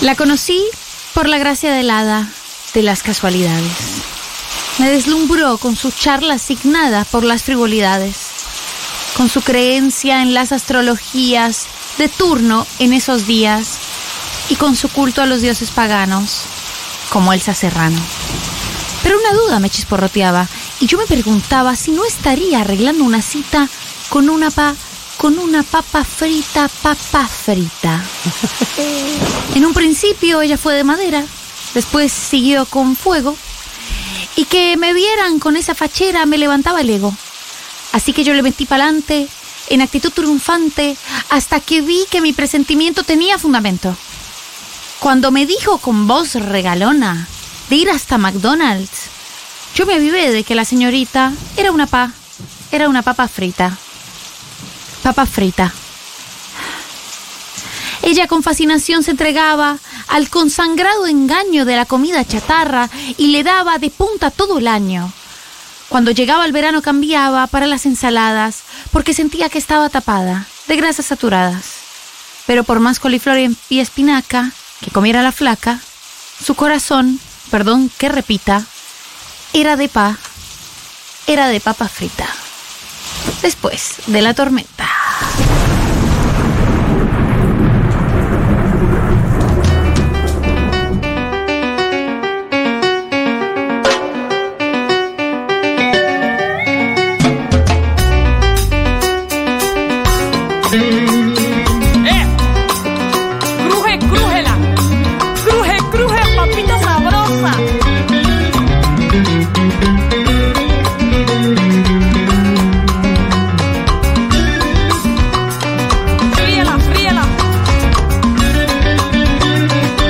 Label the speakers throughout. Speaker 1: La conocí por la gracia del hada de las casualidades. Me deslumbró con sus charlas signadas por las frivolidades, con su creencia en las astrologías de turno en esos días y con su culto a los dioses paganos, como Elsa Serrano. Pero una duda me chisporroteaba y yo me preguntaba si no estaría arreglando una cita con una pa con una papa frita, papa frita. en un principio ella fue de madera, después siguió con fuego y que me vieran con esa fachera me levantaba el ego. Así que yo le metí pa'lante en actitud triunfante hasta que vi que mi presentimiento tenía fundamento. Cuando me dijo con voz regalona de ir hasta McDonald's, yo me avivé de que la señorita era una pa, era una papa frita. Papa frita. Ella con fascinación se entregaba al consangrado engaño de la comida chatarra y le daba de punta todo el año. Cuando llegaba el verano cambiaba para las ensaladas porque sentía que estaba tapada de grasas saturadas. Pero por más coliflor y espinaca que comiera la flaca, su corazón, perdón que repita, era de pa, era de papa frita. Después de la tormenta.
Speaker 2: ¡Eh! ¡Cruje, crújela! ¡Cruje, cruje, papita sabrosa! ¡Fríela, fríela!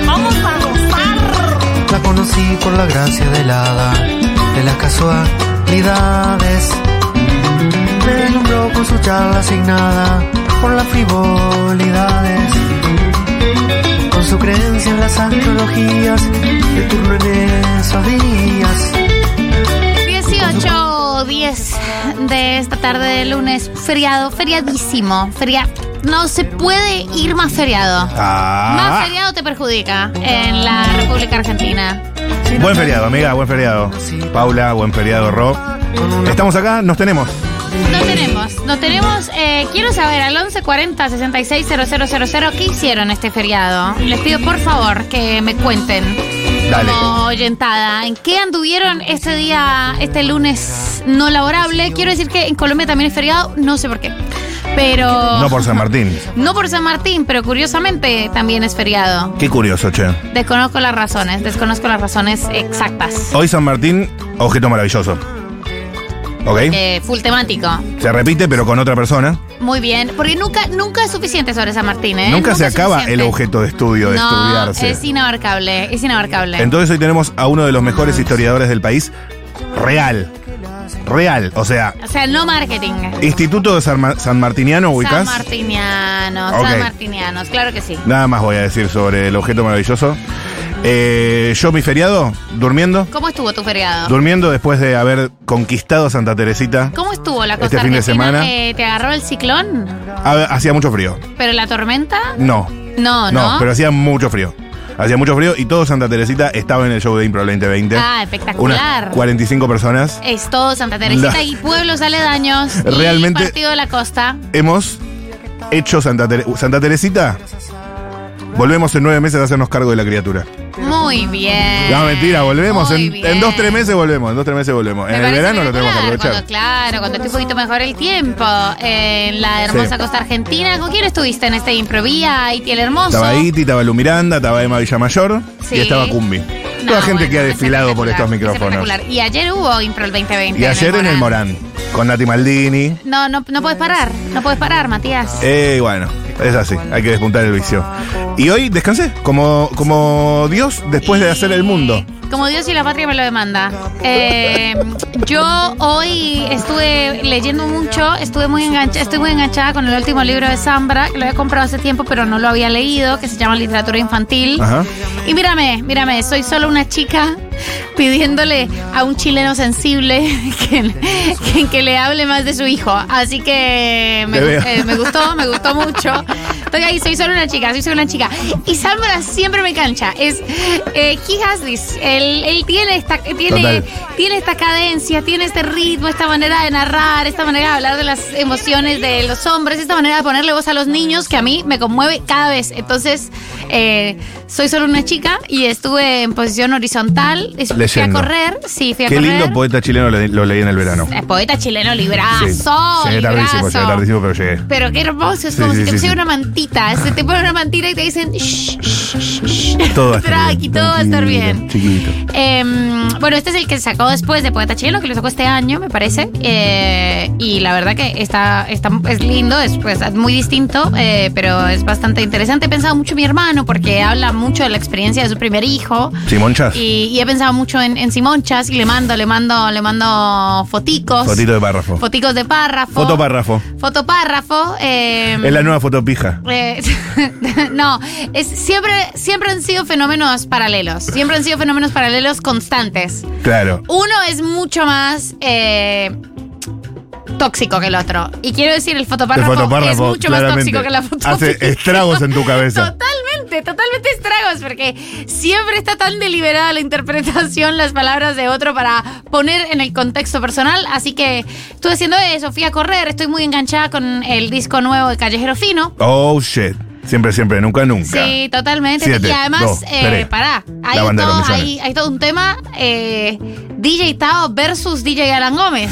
Speaker 2: ¡Vamos a gozar!
Speaker 3: La conocí por la gracia del hada, de las casualidades. Me deslumbró con su charla asignada por las frivolidades. Con su creencia en las astrologías, de turno en esos días.
Speaker 1: 18, 10 de esta tarde de lunes, feriado, feriadísimo, feria. No se puede ir más feriado. Más
Speaker 4: Ah,
Speaker 1: feriado te perjudica en la República Argentina.
Speaker 4: buen feriado, amiga, buen feriado. Paula, buen feriado, Ro. Estamos acá, nos tenemos.
Speaker 1: No tenemos, no tenemos. eh, quiero saber al 1140 660000 qué hicieron este feriado. Les pido por favor que me cuenten.
Speaker 4: Dale.
Speaker 1: Como oyentada, ¿en qué anduvieron este día, este lunes no laborable? Quiero decir que en Colombia también es feriado, no sé por qué. Pero.
Speaker 4: No por San Martín.
Speaker 1: No por San Martín, pero curiosamente también es feriado.
Speaker 4: Qué curioso, che.
Speaker 1: Desconozco las razones, desconozco las razones exactas.
Speaker 4: Hoy San Martín, objeto maravilloso. ¿Ok?
Speaker 1: Eh, full temático.
Speaker 4: Se repite, pero con otra persona.
Speaker 1: Muy bien, porque nunca, nunca es suficiente sobre San Martín, ¿eh?
Speaker 4: Nunca se
Speaker 1: es
Speaker 4: acaba
Speaker 1: suficiente.
Speaker 4: el objeto de estudio, de
Speaker 1: no,
Speaker 4: estudiarse.
Speaker 1: Es inabarcable, es inabarcable.
Speaker 4: Entonces hoy tenemos a uno de los mejores historiadores del país, real. Real, o sea,
Speaker 1: o sea, no marketing.
Speaker 4: Instituto de San, Mar- San Martiniano,
Speaker 1: San
Speaker 4: ubicás.
Speaker 1: Martinianos, San
Speaker 4: Ok.
Speaker 1: Martinianos, claro que sí.
Speaker 4: Nada más voy a decir sobre el objeto maravilloso. Eh, yo mi feriado, durmiendo.
Speaker 1: ¿Cómo estuvo tu feriado?
Speaker 4: Durmiendo después de haber conquistado Santa Teresita.
Speaker 1: ¿Cómo estuvo la
Speaker 4: Este
Speaker 1: costa
Speaker 4: fin de
Speaker 1: argentina?
Speaker 4: semana.
Speaker 1: Eh, ¿Te agarró el ciclón?
Speaker 4: Ha- Ah, Hacía mucho frío.
Speaker 1: ¿Pero la tormenta?
Speaker 4: No,
Speaker 1: No,
Speaker 4: no,
Speaker 1: no.
Speaker 4: pero hacía mucho frío. Hacía mucho frío y todo Santa Teresita estaba en el show de Impro 2020.
Speaker 1: Ah, espectacular.
Speaker 4: Unas 45 personas.
Speaker 1: Es todo Santa Teresita
Speaker 4: La-
Speaker 1: y pueblos aledaños. y
Speaker 4: Realmente-
Speaker 1: partido de la costa.
Speaker 4: Hemos hecho Santa, Tere- Santa Teresita. Volvemos en nueve meses a hacernos cargo de la criatura.
Speaker 1: Muy bien.
Speaker 4: No, mentira, volvemos.
Speaker 1: Eh, Muy
Speaker 4: En, en
Speaker 1: bien.
Speaker 4: dos, tres meses volvemos. En dos, tres meses volvemos.
Speaker 1: Me
Speaker 4: en el
Speaker 1: parece
Speaker 4: verano lo tenemos que
Speaker 1: espectacular,
Speaker 4: aprovechar.
Speaker 1: Cuando, claro, cuando esté un poquito mejor el tiempo. En la hermosa
Speaker 4: Sí.
Speaker 1: costa argentina. ¿Con quién estuviste en este improvía? Y el hermoso.
Speaker 4: Estaba Iti, estaba Lu Miranda, estaba Emma Villamayor
Speaker 1: Sí.
Speaker 4: y estaba Cumbi.
Speaker 1: No,
Speaker 4: Toda gente
Speaker 1: bueno,
Speaker 4: que ha
Speaker 1: es
Speaker 4: desfilado por
Speaker 1: espectacular,
Speaker 4: estos
Speaker 1: es
Speaker 4: micrófonos.
Speaker 1: espectacular. Y ayer hubo Impro el 2020.
Speaker 4: Y ayer en el Morán, con Nati Maldini.
Speaker 1: No, no, no puedes parar. No puedes parar, Matías.
Speaker 4: Eh, bueno, es así, hay que despuntar el vicio. Y hoy descansé, como, como Dios después de hacer el mundo.
Speaker 1: Como Dios y la patria me lo demanda. Eh, yo hoy estuve leyendo mucho, estuve muy enganchada, estoy muy enganchada con el último libro de Zambra, que lo había comprado hace tiempo, pero no lo había leído, que se llama Literatura Infantil.
Speaker 4: Ajá.
Speaker 1: Y mírame, mírame, soy solo una chica pidiéndole a un chileno sensible que, que, que le hable más de su hijo. Así que me,
Speaker 4: Te veo.
Speaker 1: eh, me gustó, me gustó mucho. Estoy ahí, soy solo una chica, soy solo una chica. Y Sambra siempre me cancha. Es, eh, he has this. Él, él tiene, esta, tiene,
Speaker 4: Total.
Speaker 1: tiene esta cadencia, tiene este ritmo, esta manera de narrar, esta manera de hablar de las emociones de los hombres, esta manera de ponerle voz a los niños que a mí me conmueve cada vez. Entonces, eh, soy solo una chica y estuve en posición horizontal. Es- Fui a
Speaker 4: Leyendo.
Speaker 1: correr, sí, fui a
Speaker 4: Qué
Speaker 1: correr.
Speaker 4: lindo poeta chileno le- lo leí en el verano.
Speaker 1: Es poeta chileno, librazo,
Speaker 4: Sí.
Speaker 1: Ah,
Speaker 4: Llegué tardísimo, llegué
Speaker 1: librazo.
Speaker 4: tardísimo, pero llegué.
Speaker 1: Pero qué hermoso, es
Speaker 4: Sí,
Speaker 1: como
Speaker 4: sí,
Speaker 1: si te
Speaker 4: sí,
Speaker 1: pusieran
Speaker 4: sí.
Speaker 1: una mantita. Se te ponen una mantita y te dicen, shh, shh, shh, shh.
Speaker 4: Todo va a estar
Speaker 1: Tranqui,
Speaker 4: bien,
Speaker 1: todo va a estar
Speaker 4: tranquilo,
Speaker 1: bien.
Speaker 4: Chiquito.
Speaker 1: Em, bueno, este es el que sacó después de Poeta Chileno, que lo sacó este año, me parece. Eh, y la verdad que está, está es lindo, es pues, muy distinto, eh, pero es bastante interesante. He pensado mucho en mi hermano, porque habla mucho de la experiencia de su primer hijo.
Speaker 4: Simón Chas.
Speaker 1: Y, y he pensado mucho en, en Simonchas y le mando, le mando, le mando foticos.
Speaker 4: Fotito de párrafo.
Speaker 1: Foticos de párrafo.
Speaker 4: Fotopárrafo.
Speaker 1: Fotopárrafo. em,
Speaker 4: Es la nueva fotopija.
Speaker 1: eh, no, es, siempre, siempre han sido fenómenos paralelos. Siempre han sido fenómenos paralelos constantes.
Speaker 4: Claro.
Speaker 1: Uno es mucho más eh, tóxico que el otro. Y quiero decir, el fotopárrafo,
Speaker 4: El fotopárrafo,
Speaker 1: es mucho más
Speaker 4: claramente.
Speaker 1: tóxico que la foto.
Speaker 4: Hace estragos en tu cabeza.
Speaker 1: Totalmente, totalmente estragos, porque siempre está tan deliberada la interpretación, las palabras de otro para poner en el contexto personal. Así que estuve haciendo eso, fui a correr, estoy muy enganchada con el disco nuevo de Callejero Fino.
Speaker 4: Oh shit. Siempre, siempre, nunca, nunca.
Speaker 1: Sí, totalmente.
Speaker 4: Siete,
Speaker 1: y además,
Speaker 4: dos,
Speaker 1: eh,
Speaker 4: tres.
Speaker 1: pará, hay
Speaker 4: La banda de
Speaker 1: todo,
Speaker 4: los millones.
Speaker 1: hay, hay todo un tema eh, DJ Tao versus DJ Alan Gómez,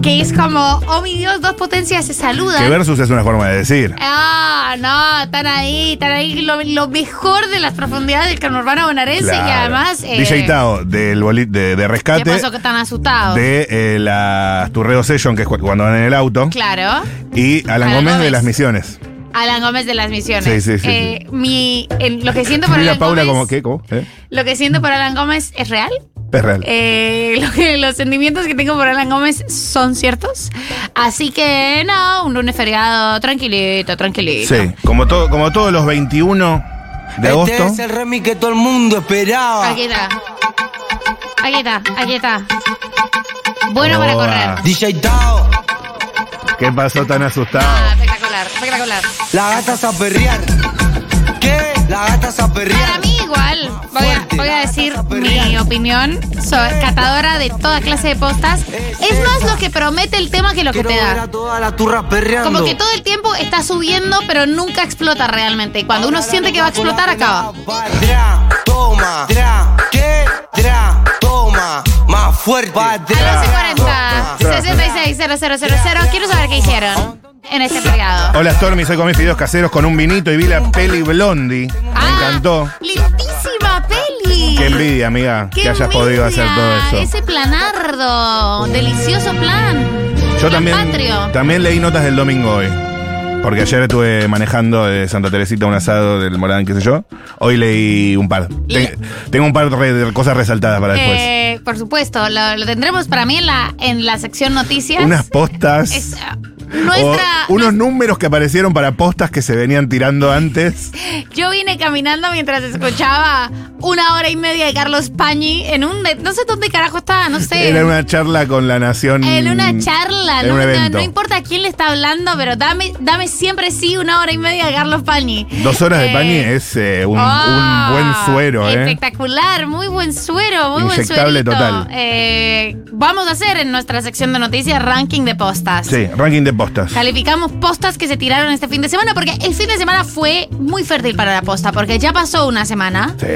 Speaker 1: que es como, oh mi Dios, dos potencias se
Speaker 4: Que
Speaker 1: saludan.
Speaker 4: versus es una forma de decir.
Speaker 1: Ah, no, están ahí, están ahí lo, lo mejor de las profundidades del conurbano bonaerense y
Speaker 4: Claro.
Speaker 1: además... eh,
Speaker 4: DJ Tao del boli- de, de
Speaker 1: ¿Qué
Speaker 4: rescate
Speaker 1: pasó que están asustados?
Speaker 4: de eh, la Turreo Session, que es cu- cuando van en el auto.
Speaker 1: Claro.
Speaker 4: Y Alan
Speaker 1: Alan
Speaker 4: Gómez de
Speaker 1: Gómez.
Speaker 4: las misiones.
Speaker 1: Alan Gómez de las misiones.
Speaker 4: Sí, sí, sí,
Speaker 1: Eh, Mi, en- lo que siento por
Speaker 4: Mira
Speaker 1: Alan
Speaker 4: Paula
Speaker 1: Gómez,
Speaker 4: como, ¿qué? ¿Cómo? ¿Eh?
Speaker 1: lo que siento por Alan Gómez es real.
Speaker 4: Es real.
Speaker 1: Eh, lo que- los sentimientos que tengo por Alan Gómez son ciertos. Así que no, un lunes feriado, tranquilito, tranquilito.
Speaker 4: sí, como, todo, como todos los 21 de agosto.
Speaker 5: Este es el remix que todo el mundo esperaba.
Speaker 1: Aquí está. Aquí está, aquí está. Bueno para
Speaker 4: Boa.
Speaker 1: correr.
Speaker 5: DJ Tao,
Speaker 4: ¿Qué pasó tan
Speaker 1: Ah,
Speaker 4: asustado?
Speaker 1: espectacular, espectacular.
Speaker 5: la gata a perrear. ¿Qué? La gata a
Speaker 1: Para
Speaker 5: perrear.
Speaker 1: mí igual, voy a, voy a decir mi opinión, soy catadora de toda clase de postas. Es más lo que promete el tema que lo que
Speaker 5: Quiero
Speaker 1: te
Speaker 5: ver
Speaker 1: da.
Speaker 5: a toda la turra perreando.
Speaker 1: Como que todo el tiempo está subiendo, pero nunca explota realmente. Y cuando uno siente que va a explotar, acaba.
Speaker 5: Va, Tra, toma, tra, ¿qué? Tra, toma, más fuerte. Va, tra,
Speaker 1: Al 1140 660000. Quiero saber qué hicieron en este feriado.
Speaker 4: Hola Stormy, soy con mis videos caseros con un vinito y vi la peli Blondie. Me
Speaker 1: Ah,
Speaker 4: encantó.
Speaker 1: Lindísima peli.
Speaker 4: Qué envidia, amiga,
Speaker 1: Qué
Speaker 4: que hayas
Speaker 1: envidia.
Speaker 4: podido hacer todo eso.
Speaker 1: Ese planardo. Delicioso plan.
Speaker 4: Yo
Speaker 1: Plan
Speaker 4: también,
Speaker 1: Patrio.
Speaker 4: también leí notas del domingo hoy. Porque ayer estuve manejando de Santa Teresita un asado del Morán, qué sé yo. Hoy leí un par.
Speaker 1: Y-
Speaker 4: Ten- tengo un par re- de cosas resaltadas para después.
Speaker 1: Eh, por supuesto, lo, lo tendremos para mí en la, en la sección noticias.
Speaker 4: Unas postas.
Speaker 1: Es, ah,
Speaker 4: o
Speaker 1: nuestra,
Speaker 4: unos números que aparecieron para postas que se venían tirando antes.
Speaker 1: Yo vine caminando mientras escuchaba una hora y media de Carlos Pañi en un... de- no sé dónde carajo estaba, no sé.
Speaker 4: Era una charla con la nación.
Speaker 1: En una charla,
Speaker 4: Mm, en
Speaker 1: no,
Speaker 4: un
Speaker 1: no-
Speaker 4: evento.
Speaker 1: no importa quién le está hablando, pero dame, dame siempre sí una hora y media de Carlos Pañi.
Speaker 4: Dos horas de
Speaker 1: Eh,
Speaker 4: Pani es eh, un,
Speaker 1: ah,
Speaker 4: un buen suero, ¿eh?
Speaker 1: Espectacular, muy buen suero, muy
Speaker 4: Inyectable
Speaker 1: buen suerito.
Speaker 4: total.
Speaker 1: Eh, vamos a hacer en nuestra sección de noticias ranking de postas.
Speaker 4: Sí, ranking de postas.
Speaker 1: Calificamos postas que se tiraron este fin de semana porque el fin de semana fue muy fértil para la posta porque ya pasó una semana,
Speaker 4: Sí.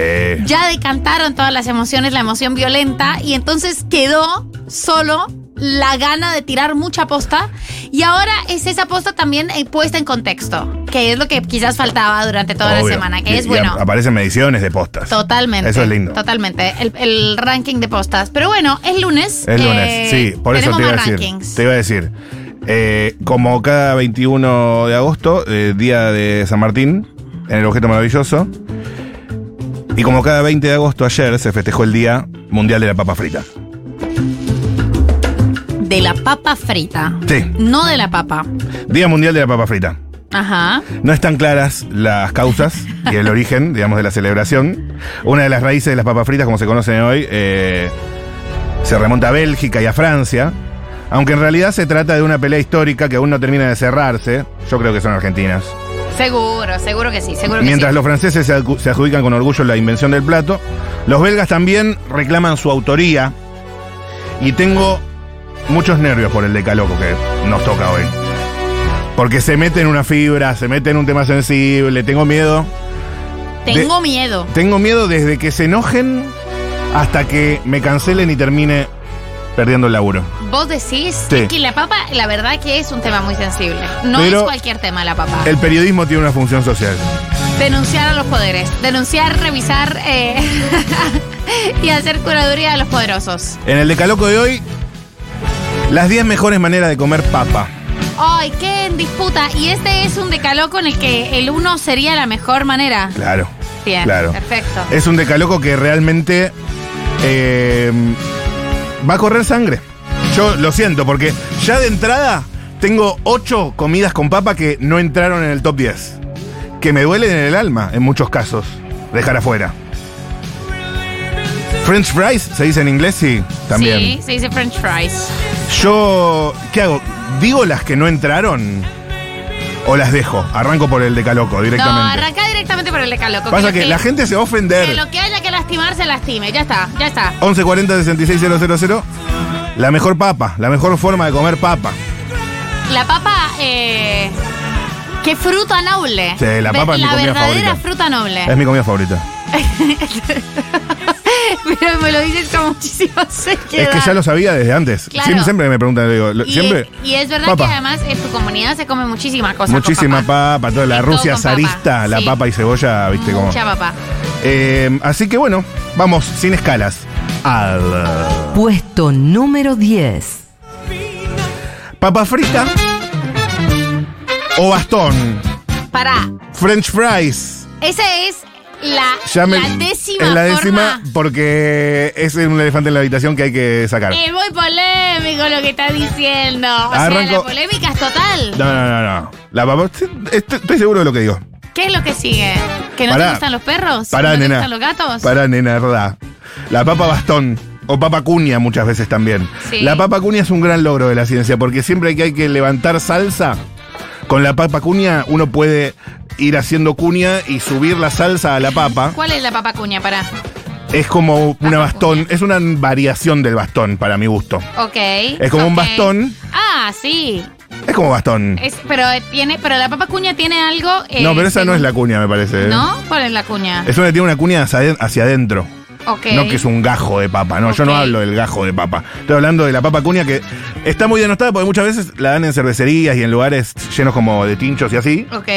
Speaker 1: ya decantaron todas las emociones, la emoción violenta y entonces quedó solo la gana de tirar mucha posta y ahora es esa posta también eh, puesta en contexto, que es lo que quizás faltaba durante toda la
Speaker 4: Obvio.
Speaker 1: semana, que
Speaker 4: Y-
Speaker 1: es
Speaker 4: y
Speaker 1: bueno.
Speaker 4: ap- aparecen mediciones de postas.
Speaker 1: Totalmente.
Speaker 4: Eso es lindo.
Speaker 1: Totalmente. El, el ranking de postas. Pero bueno, es lunes.
Speaker 4: Es lunes,
Speaker 1: eh,
Speaker 4: sí, por eso
Speaker 1: tenemos
Speaker 4: te iba a
Speaker 1: más
Speaker 4: decir.
Speaker 1: rankings.
Speaker 4: Te iba a decir. eh, como cada 21 de agosto, eh, día de San Martín, en el objeto maravilloso. Y como cada 20 de agosto, ayer se festejó el Día Mundial de la Papa Frita.
Speaker 1: De la papa frita.
Speaker 4: Sí,
Speaker 1: No de la papa.
Speaker 4: Día Mundial de la Papa Frita.
Speaker 6: Ajá.
Speaker 4: No están claras las causas y el origen, digamos, de la celebración. Una de las raíces de las papas fritas, como se conocen hoy, eh, se remonta a Bélgica y a Francia. Aunque en realidad se trata de una pelea histórica que aún no termina de cerrarse. Yo creo que son argentinas.
Speaker 1: Seguro, seguro que sí, seguro que
Speaker 4: Mientras
Speaker 1: sí.
Speaker 4: los franceses se adju- se adjudican con orgullo la invención del plato, los belgas también reclaman su autoría. Y tengo muchos nervios por el decaloco que nos toca hoy. Porque se mete en una fibra, se mete en un tema sensible, tengo miedo.
Speaker 1: Tengo miedo.
Speaker 4: Tengo miedo desde que se enojen hasta que me cancelen y termine perdiendo el laburo.
Speaker 1: Vos decís
Speaker 4: Sí.
Speaker 1: que la papa, la verdad que es un tema muy sensible. No
Speaker 4: Pero-
Speaker 1: es cualquier tema la papa.
Speaker 4: El periodismo tiene una función social.
Speaker 1: Denunciar a los poderes, denunciar, revisar eh, y hacer curaduría a los poderosos.
Speaker 4: En el decaloco de hoy, las 10 mejores maneras de comer papa.
Speaker 1: Ay, qué en disputa. Y este es un decaloco en el que el uno sería la mejor manera.
Speaker 4: Claro.
Speaker 1: Bien,
Speaker 4: claro. Eh,
Speaker 1: perfecto.
Speaker 4: Es un decaloco que realmente eh, va a correr sangre. Yo lo siento, porque ya de entrada tengo ocho comidas con papa que no entraron en el top 10. Que me duelen en el alma, en muchos casos, dejar afuera. French fries, se dice en inglés, sí, también.
Speaker 1: Sí, se dice French fries.
Speaker 4: Yo, ¿qué hago? ¿Digo las que no entraron? ¿O las dejo? Arranco por el decaloco
Speaker 1: No,
Speaker 4: directamente.
Speaker 1: arranca directamente por el decaloco.
Speaker 4: Pasa
Speaker 1: lo
Speaker 4: que, la gente se va a ofender.
Speaker 1: que lo que haya que lastimar se lastime. Ya está, ya está.
Speaker 4: 1140-6600. La mejor papa, la mejor forma de comer papa.
Speaker 1: La papa, eh, qué fruta noble.
Speaker 4: Sí, la papa es mi
Speaker 1: La
Speaker 4: comida
Speaker 1: verdadera
Speaker 4: favorita.
Speaker 1: fruta noble.
Speaker 4: Es mi comida favorita.
Speaker 1: Pero me lo dices con muchísima
Speaker 4: Es
Speaker 1: seriedad.
Speaker 4: que ya lo sabía desde antes.
Speaker 1: Claro.
Speaker 4: Siempre, siempre que me preguntan, le digo, lo-
Speaker 1: y,
Speaker 4: siempre.
Speaker 1: y es verdad
Speaker 4: papa.
Speaker 1: que además en tu comunidad se come muchísima cosa. con
Speaker 4: Muchísima papa. toda la
Speaker 1: Sí, todo
Speaker 4: Rusia
Speaker 1: con papa.
Speaker 4: zarista, la
Speaker 1: Sí.
Speaker 4: papa y cebolla, viste cómo.
Speaker 1: Mucha papa.
Speaker 4: Eh, así que bueno, vamos, sin escalas. Al.
Speaker 7: Puesto número 10.
Speaker 4: Papa frita. O bastón.
Speaker 1: Pará,
Speaker 4: French fries.
Speaker 1: esa es la,
Speaker 4: Ya me-
Speaker 1: la décima
Speaker 4: Es la décima
Speaker 1: forma.
Speaker 4: porque es un elefante en la habitación que hay que sacar.
Speaker 1: Es muy polémico lo que estás diciendo. O sea, la
Speaker 4: Arranco-
Speaker 1: polémica es total.
Speaker 4: No, no, no, no. La papa. sí, Estoy, estoy seguro de lo que digo.
Speaker 1: ¿Qué es lo que sigue? ¿Que no
Speaker 4: Pará.
Speaker 1: te gustan los perros?
Speaker 4: Pará,
Speaker 1: ¿No te
Speaker 4: nena.
Speaker 1: gustan los gatos?
Speaker 4: Para nena, es verdad. La papa bastón. O papa cuña muchas veces también.
Speaker 1: Sí.
Speaker 4: La papa cuña es un gran logro de la ciencia, porque siempre que hay que levantar salsa, con la papa cuña uno puede ir haciendo cuña y subir la salsa a la papa.
Speaker 1: ¿Cuál es la papa cuña? Pará.
Speaker 4: Es como una
Speaker 1: Papa
Speaker 4: bastón,
Speaker 1: cuña.
Speaker 4: es una variación del bastón para mi gusto.
Speaker 1: Ok.
Speaker 4: Es como un
Speaker 1: ok.
Speaker 4: bastón.
Speaker 1: Ah, sí.
Speaker 4: Es como bastón.
Speaker 1: Es, pero eh, tiene, pero la papa cuña tiene algo. eh,
Speaker 4: no, pero esa no es la cuña, me parece. ¿eh?
Speaker 1: ¿No? ¿Cuál es la cuña?
Speaker 4: Es una que tiene una cuña hacia aden- hacia adentro.
Speaker 1: ok.
Speaker 4: No que es un gajo de papa, no, yo no
Speaker 1: Ok.
Speaker 4: hablo del gajo de papa. Estoy hablando de la papa cuña que está muy denostada porque muchas veces la dan en cervecerías y en lugares llenos como de tinchos y así,
Speaker 1: Ok.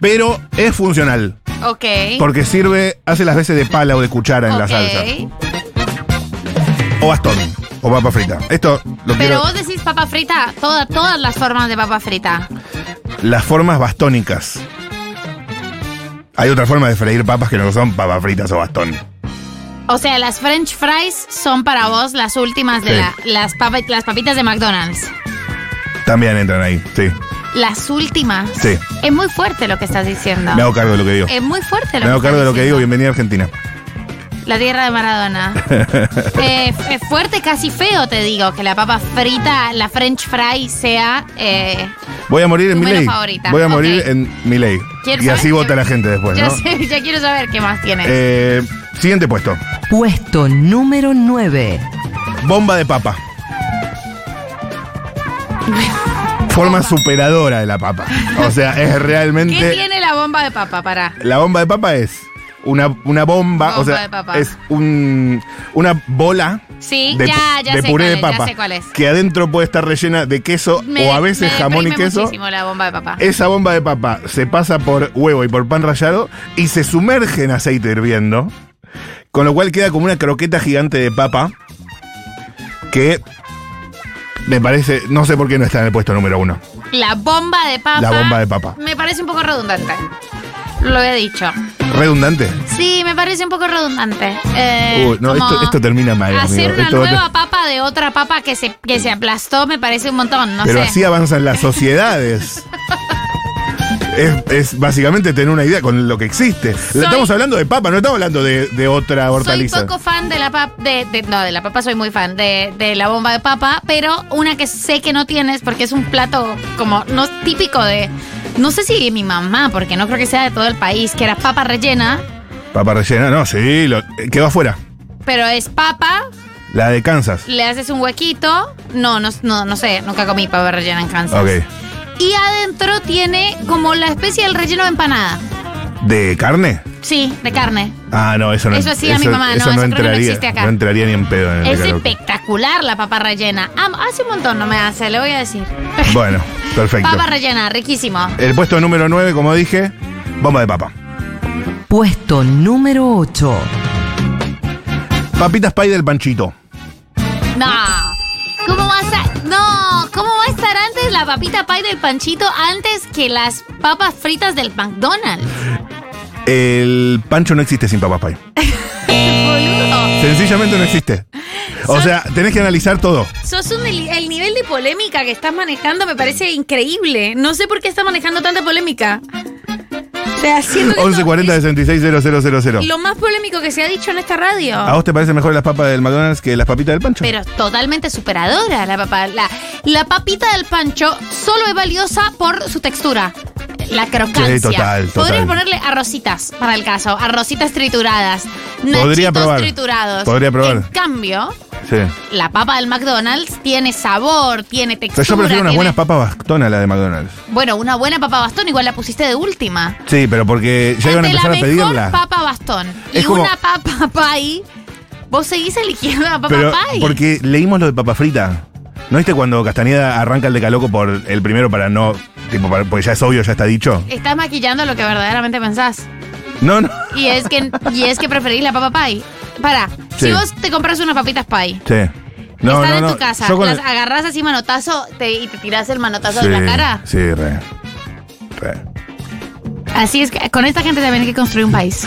Speaker 4: pero es funcional
Speaker 1: Ok.
Speaker 4: porque sirve, hace las veces de pala o de cuchara en la
Speaker 1: ok.
Speaker 4: salsa. O bastón, o papa frita. Esto lo
Speaker 1: Pero
Speaker 4: quiero,
Speaker 1: vos decís papa frita, toda, todas las formas de papa frita.
Speaker 4: las formas bastónicas. Hay otra forma de freír papas que no son papas fritas o bastón.
Speaker 1: O sea, las French fries son para vos las últimas de
Speaker 4: Sí.
Speaker 1: la- las, papa- las papitas de McDonald's.
Speaker 4: También entran ahí, sí.
Speaker 1: Las últimas.
Speaker 4: Sí.
Speaker 1: Es muy fuerte lo que estás diciendo.
Speaker 4: Me hago cargo de lo que digo.
Speaker 1: Es muy fuerte
Speaker 4: Me
Speaker 1: lo
Speaker 4: hago
Speaker 1: que
Speaker 4: cargo de
Speaker 1: estás
Speaker 4: lo que digo.
Speaker 1: diciendo.
Speaker 4: Bienvenida a Argentina.
Speaker 1: La tierra de Maradona. Eh, es fuerte, casi feo, te digo, que la papa frita, la French fry sea. eh,
Speaker 4: Voy a morir
Speaker 1: Tu
Speaker 4: en mi
Speaker 1: menos
Speaker 4: ley.
Speaker 1: favorita.
Speaker 4: Voy a
Speaker 1: Ok.
Speaker 4: morir en mi ley.
Speaker 1: Quiero
Speaker 4: Y
Speaker 1: saber-
Speaker 4: así
Speaker 1: yo-
Speaker 4: vota la gente después,
Speaker 1: ya,
Speaker 4: ¿no?
Speaker 1: sé, ya quiero saber qué más tiene.
Speaker 4: Eh, siguiente puesto.
Speaker 7: Puesto número 9.
Speaker 4: Bomba de papa. Forma superadora de la papa. O sea, es
Speaker 1: ¿Qué
Speaker 4: realmente.
Speaker 1: tiene la bomba de papa para?
Speaker 4: La bomba de papa es una, una bomba.
Speaker 1: Bomba
Speaker 4: o sea,
Speaker 1: de papa.
Speaker 4: es un, una bola.
Speaker 1: Sí,
Speaker 4: De,
Speaker 1: ya, ya
Speaker 4: de
Speaker 1: sé
Speaker 4: puré
Speaker 1: cuál
Speaker 4: de
Speaker 1: es,
Speaker 4: papa.
Speaker 1: ya sé cuál es.
Speaker 4: Que adentro puede estar rellena de queso
Speaker 1: Me-
Speaker 4: o a veces
Speaker 1: me
Speaker 4: jamón y
Speaker 1: deprime
Speaker 4: queso. Eh,
Speaker 1: muchísimo la bomba de papa.
Speaker 4: Esa bomba de papa se pasa por huevo y por pan rallado y se sumerge en aceite hirviendo. Con lo cual queda como una croqueta gigante de papa que me parece, no sé por qué no está en el puesto número uno.
Speaker 1: La bomba de papa.
Speaker 4: La bomba de papa.
Speaker 1: Me parece un poco redundante. Lo he dicho.
Speaker 4: Redundante.
Speaker 1: Sí, me parece un poco redundante. Eh,
Speaker 4: Uy, no,
Speaker 1: como
Speaker 4: esto, esto termina mal.
Speaker 1: Hacer
Speaker 4: amigo.
Speaker 1: una
Speaker 4: Esto va a ter-
Speaker 1: nueva papa de otra papa que se, que se aplastó me parece un montón, no
Speaker 4: Pero
Speaker 1: sé.
Speaker 4: así avanzan las sociedades. Es, es básicamente tener una idea con lo que existe.
Speaker 1: Soy-
Speaker 4: estamos hablando de papa, no estamos hablando de, de otra hortaliza.
Speaker 1: Soy poco fan de la papa, de, de- no, de la papa soy muy fan, de, de la bomba de papa, pero una que sé que no tienes, porque es un plato como no es típico de, no sé si de mi mamá, porque no creo que sea de todo el país, que era papa rellena,
Speaker 4: Papa rellena, no, sí, lo, eh, quedó afuera.
Speaker 1: pero es papa,
Speaker 4: La de Kansas.
Speaker 1: le haces un huequito, no, no, no, no sé, nunca comí papa rellena en Kansas.
Speaker 4: Ok.
Speaker 1: Y adentro tiene como la especie del relleno de empanada,
Speaker 4: ¿De carne?
Speaker 1: sí, de carne.
Speaker 4: Ah, no, eso no
Speaker 1: Eso hacía mi mamá, no, eso creo que no
Speaker 4: entraría,
Speaker 1: existe acá.
Speaker 4: no entraría ni en pedo en el
Speaker 1: Es
Speaker 4: decálogo.
Speaker 1: espectacular la papa rellena. Am- hace un montón no me hace, le voy a decir.
Speaker 4: Bueno, perfecto.
Speaker 1: Papa rellena, riquísimo.
Speaker 4: El puesto número 9, como dije, bomba de papa.
Speaker 7: Puesto número 8.
Speaker 4: Papitas pay del panchito.
Speaker 1: No. ¿Cómo vas a.? No. ¿Cómo va a estar antes la papita pie del panchito antes que las papas fritas del McDonald's?
Speaker 4: El pancho no existe sin papas pay.
Speaker 1: Boludo.
Speaker 4: Sencillamente no existe. O
Speaker 1: Son-
Speaker 4: sea, tenés que analizar todo.
Speaker 1: Sos un, el, el nivel de polémica que estás manejando me parece increíble. No sé por qué estás manejando tanta polémica. O sea, siento que esto
Speaker 4: 1140
Speaker 1: es
Speaker 4: 660000.
Speaker 1: lo más polémico que se ha dicho en esta radio.
Speaker 4: ¿A vos te parecen mejor las papas del McDonald's que las papitas del pancho?
Speaker 1: Pero totalmente superadora la papa. La, la papita del pancho solo es valiosa por su textura. La crocancia.
Speaker 4: Sí, total, total.
Speaker 1: Podrías ponerle arrocitas, para el caso. Arrocitas trituradas. Nachitos
Speaker 4: Podría probar.
Speaker 1: triturados.
Speaker 4: Podría probar.
Speaker 1: En cambio,
Speaker 4: sí.
Speaker 1: la papa del McDonald's tiene sabor, tiene
Speaker 4: O
Speaker 1: textura.
Speaker 4: sea, yo prefiero unas
Speaker 1: tiene-
Speaker 4: buenas papas bastonas a las de McDonald's.
Speaker 1: Bueno, una buena papa bastón igual la pusiste de última.
Speaker 4: Sí, pero porque ya iban a
Speaker 1: Ante
Speaker 4: empezar a
Speaker 1: la mejor
Speaker 4: pedirla.
Speaker 1: papa bastón.
Speaker 4: Es
Speaker 1: y
Speaker 4: como-
Speaker 1: una papa pie. Vos seguís eligiendo la papa
Speaker 4: Pero
Speaker 1: pie.
Speaker 4: porque leímos lo de papa frita. ¿No viste cuando Castañeda arranca el decaloco por el primero para no. Tipo, para- porque ya es obvio, ya está dicho?
Speaker 1: Estás maquillando lo que verdaderamente pensás.
Speaker 4: No, no.
Speaker 1: Y es que, y es que preferís la papa pie. Para,
Speaker 4: Sí.
Speaker 1: si vos te compras unas papitas pie,
Speaker 4: Sí. No,
Speaker 1: están
Speaker 4: no,
Speaker 1: en
Speaker 4: no.
Speaker 1: tu casa,
Speaker 4: Yo con
Speaker 1: las
Speaker 4: el-
Speaker 1: agarrás así manotazo te- y te tirás el manotazo
Speaker 4: sí,
Speaker 1: de la cara.
Speaker 4: Sí, re. Re.
Speaker 1: Así es que con esta gente también hay que construir un país.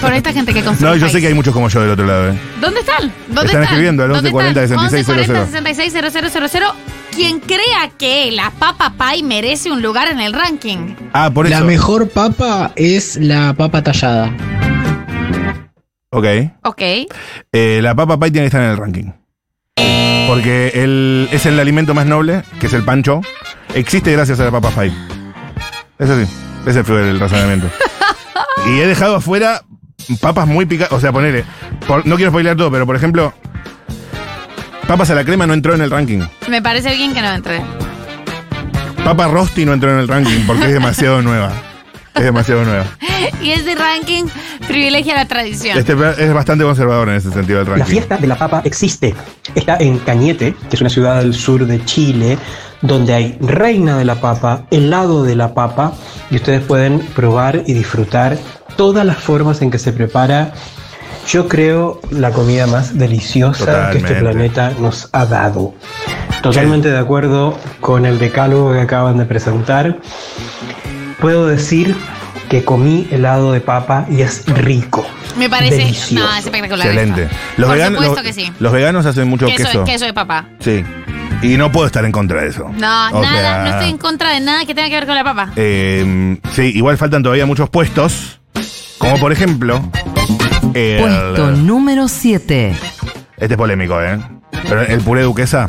Speaker 1: con esta gente que construye
Speaker 4: No,
Speaker 1: un
Speaker 4: yo
Speaker 1: país.
Speaker 4: sé que hay muchos como yo del otro lado, ¿eh?
Speaker 1: ¿Dónde están? ¿Dónde
Speaker 4: Están escribiendo al
Speaker 1: ¿Dónde
Speaker 4: 1140
Speaker 1: están?
Speaker 4: 6600.
Speaker 1: 1140 6600. Quien crea que la papa pie merece un lugar en el ranking.
Speaker 4: Ah, por eso.
Speaker 8: La mejor papa es la papa tallada.
Speaker 4: Ok.
Speaker 1: Ok.
Speaker 4: Eh, la papa pie tiene que estar en el ranking. Porque el, es el alimento más noble, que es el pancho. Existe gracias a la papa pie. Eso sí. Ese fue el razonamiento. y he dejado afuera papas muy picadas. O sea, ponele. por- no quiero spoilear todo, pero por ejemplo. Papas a la crema no entró en el ranking.
Speaker 1: Me parece bien que no entre.
Speaker 4: Papa Rosti no entró en el ranking porque es demasiado nueva. Es demasiado nueva.
Speaker 1: Y ese ranking privilegia la tradición.
Speaker 4: Este es bastante conservador en ese sentido el ranking.
Speaker 9: La fiesta de la papa existe. Está en Cañete, que es una ciudad del sur de Chile, donde hay reina de la papa, helado de la papa, y ustedes pueden probar y disfrutar todas las formas en que se prepara. Yo creo la comida más deliciosa que este
Speaker 4: Totalmente.
Speaker 9: planeta nos ha dado. Totalmente de acuerdo con el decálogo que acaban de presentar. Puedo decir que comí helado de papa y es rico.
Speaker 1: Me parece.
Speaker 9: Delicioso.
Speaker 1: No, es espectacular.
Speaker 4: Excelente.
Speaker 1: esto.
Speaker 4: Los
Speaker 1: Por
Speaker 4: veganos,
Speaker 1: supuesto
Speaker 4: los,
Speaker 1: que sí.
Speaker 4: los veganos hacen mucho
Speaker 1: Queso,
Speaker 4: queso.
Speaker 1: es queso de papá.
Speaker 4: Sí. Y no puedo estar en contra de eso.
Speaker 1: No, nada,
Speaker 4: O sea,
Speaker 1: no estoy en contra de nada que tenga que ver con la papa.
Speaker 4: eh, sí, igual faltan todavía muchos puestos. Como por ejemplo. el-
Speaker 7: Puesto número 7.
Speaker 4: este es polémico, ¿eh? Pero el puré duquesa.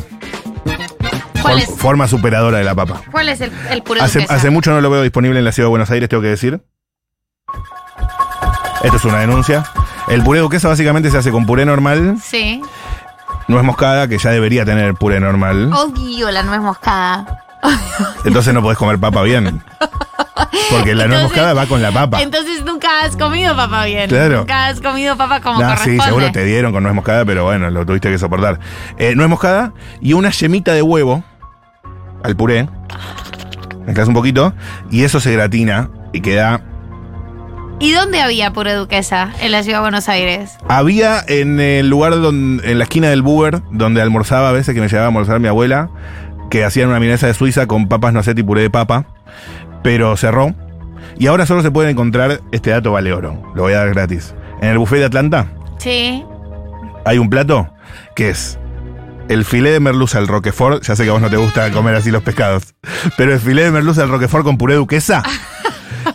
Speaker 1: ¿Cuál
Speaker 4: for-
Speaker 1: es?
Speaker 4: Forma superadora de la papa.
Speaker 1: ¿Cuál es el, el puré
Speaker 4: Eh, Hace,
Speaker 1: duquesa?
Speaker 4: hace mucho no lo veo disponible en la ciudad de Buenos Aires, tengo que decir. Esto es una denuncia. El puré duquesa básicamente se hace con puré normal,
Speaker 1: Sí.
Speaker 4: nuez moscada, que ya debería tener puré normal.
Speaker 1: Oh. Odio la nuez moscada.
Speaker 4: Entonces no podés comer papa bien. Porque la nuez
Speaker 1: Entonces-
Speaker 4: moscada va con la papa.
Speaker 1: Entonces nunca has comido papa bien.
Speaker 4: Claro.
Speaker 1: Nunca has comido papa como
Speaker 4: Nah, Ah, sí,
Speaker 1: corresponde.
Speaker 4: seguro te dieron con nuez moscada, pero bueno, lo tuviste que soportar. Eh, nuez moscada y una yemita de huevo al puré. Mezclas un poquito y eso se gratina y queda.
Speaker 1: ¿Y dónde había puré duquesa? En la ciudad de Buenos Aires.
Speaker 4: Había en el lugar donde, en la esquina del Buber, donde almorzaba a veces que me llevaba a almorzar mi abuela, que hacían una milanesa de Suiza con papas no sé, y puré de papa, pero cerró. Y ahora solo se puede encontrar, este dato vale oro, lo voy a dar gratis. En el buffet de Atlanta
Speaker 1: Sí.
Speaker 4: hay un plato que es el filé de merluza al roquefort, ya sé que a vos no te
Speaker 1: Mm.
Speaker 4: gusta comer así los pescados, pero el filé de merluza al roquefort con puré duquesa,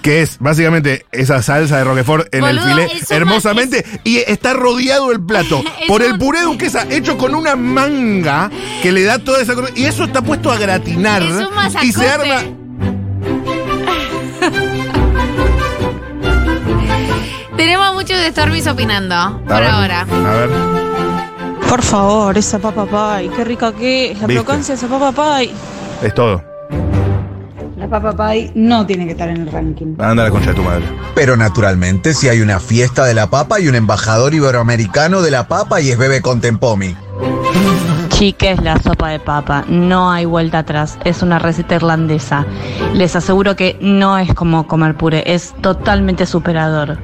Speaker 4: que es básicamente esa salsa de roquefort en
Speaker 1: Boludo,
Speaker 4: el filé
Speaker 1: es un
Speaker 4: hermosamente y está rodeado el plato
Speaker 1: Es
Speaker 4: por el
Speaker 1: un-
Speaker 4: puré duquesa hecho con una manga que le da toda esa cosa y eso está puesto a gratinar
Speaker 1: Es un
Speaker 4: y se
Speaker 1: masacote.
Speaker 4: arma
Speaker 1: Tenemos muchos de Stormis opinando por
Speaker 4: A ver,
Speaker 1: ahora.
Speaker 4: A ver,
Speaker 10: Por favor, esa papa pie, qué rica que es, la
Speaker 4: Viste.
Speaker 10: crocancia de esa papa pie.
Speaker 4: es todo.
Speaker 10: La papa pie no tiene que estar en el ranking.
Speaker 4: Anda a la concha de tu madre.
Speaker 11: Pero naturalmente, si hay una fiesta de la papa y un embajador iberoamericano de la papa y es bebé con tempomi.
Speaker 10: Chiques, la sopa de papa, no hay vuelta atrás, es una receta irlandesa. Les aseguro que no es como comer puré, es totalmente superador.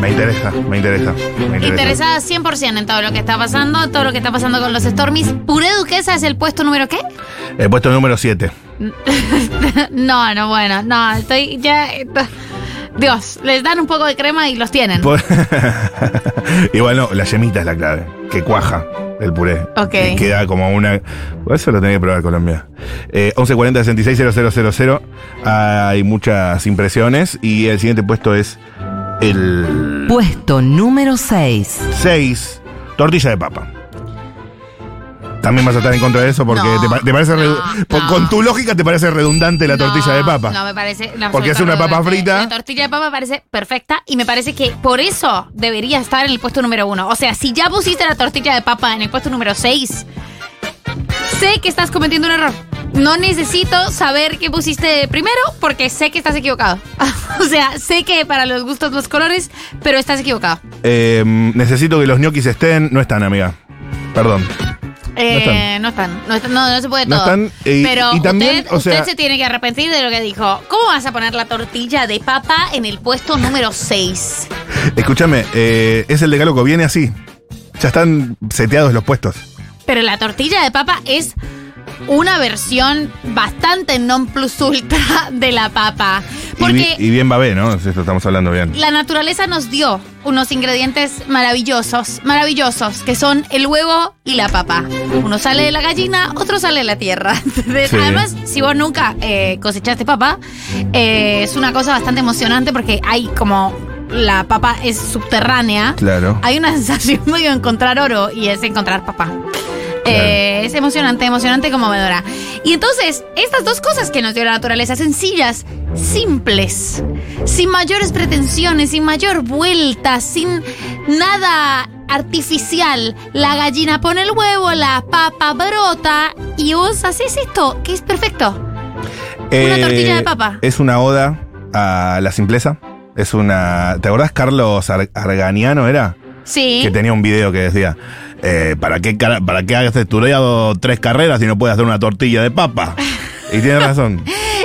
Speaker 4: Me interesa, me interesa. Me interesa.
Speaker 1: Interesada 100% en todo lo que está pasando, todo lo que está pasando con los Stormis. ¿Puré Duquesa es el puesto número qué?
Speaker 4: El Eh, puesto número 7.
Speaker 1: No, no, bueno, no, estoy ya... eh, Dios, les dan un poco de crema y los tienen.
Speaker 4: Igual no, la yemita es la clave. Que cuaja el puré.
Speaker 1: Ok.
Speaker 4: Que queda como una. Eso lo tenía que probar Colombia. Eh, 1140-660000. Hay muchas impresiones. Y el siguiente puesto es el
Speaker 7: Puesto número 6.
Speaker 4: 6. Tortilla de papa. También vas a estar en contra de eso porque
Speaker 1: No,
Speaker 4: te, pa- te parece. redu-
Speaker 1: no,
Speaker 4: por-
Speaker 1: no.
Speaker 4: Con tu lógica te parece redundante la
Speaker 1: No,
Speaker 4: tortilla de papa.
Speaker 1: No, me parece. la
Speaker 4: Porque es una
Speaker 1: absoluta
Speaker 4: papa
Speaker 1: redundante.
Speaker 4: frita.
Speaker 1: La tortilla de papa parece perfecta y me parece que por eso debería estar en el puesto número uno. O sea, si ya pusiste la tortilla de papa en el puesto número seis, sé que estás cometiendo un error. No necesito saber qué pusiste primero porque sé que estás equivocado. o sea, sé que para los gustos los colores, pero estás equivocado.
Speaker 4: Eh, necesito que los ñoquis estén. No están, amiga. Perdón.
Speaker 1: Eh, no están. No, están, no, no se puede
Speaker 4: No
Speaker 1: todo.
Speaker 4: están, y-
Speaker 1: pero
Speaker 4: y también,
Speaker 1: usted,
Speaker 4: o sea-
Speaker 1: usted se tiene que arrepentir de lo que dijo. ¿Cómo vas a poner la tortilla de papa en el puesto número 6?
Speaker 4: Escúchame, eh, es el de Galoco, viene así. Ya están seteados los puestos.
Speaker 1: Pero la tortilla de papa es una versión bastante non plus ultra de la papa.
Speaker 4: Y, bi-
Speaker 1: Porque
Speaker 4: y bien babé, ¿no? Esto estamos hablando bien.
Speaker 1: la naturaleza nos dio unos ingredientes maravillosos, maravillosos, que son el huevo y la papa. Uno sale de la gallina, otro sale de la tierra. Entonces,
Speaker 4: Sí.
Speaker 1: Además, si vos nunca eh, cosechaste papa, eh, es una cosa bastante emocionante porque hay como la papa es subterránea.
Speaker 4: Claro.
Speaker 1: Hay una sensación medio de encontrar oro y es encontrar papá. Eh, es emocionante, emocionante, conmovedora. Y entonces, estas dos cosas que nos dio la naturaleza, sencillas, simples, sin mayores pretensiones, sin mayor vuelta, sin nada artificial. La gallina pone el huevo, la papa brota y vos haces esto, que es perfecto. Una tortilla de papa.
Speaker 4: Eh, Es una oda a la simpleza. Es una. ¿Te acordás Carlos Ar- Arganiano era?
Speaker 1: Sí.
Speaker 4: Que tenía un video que decía. eh, ¿para, qué cara- ¿Para qué has estudiado tres carreras si no puedes hacer una tortilla de papa? Y tiene razón.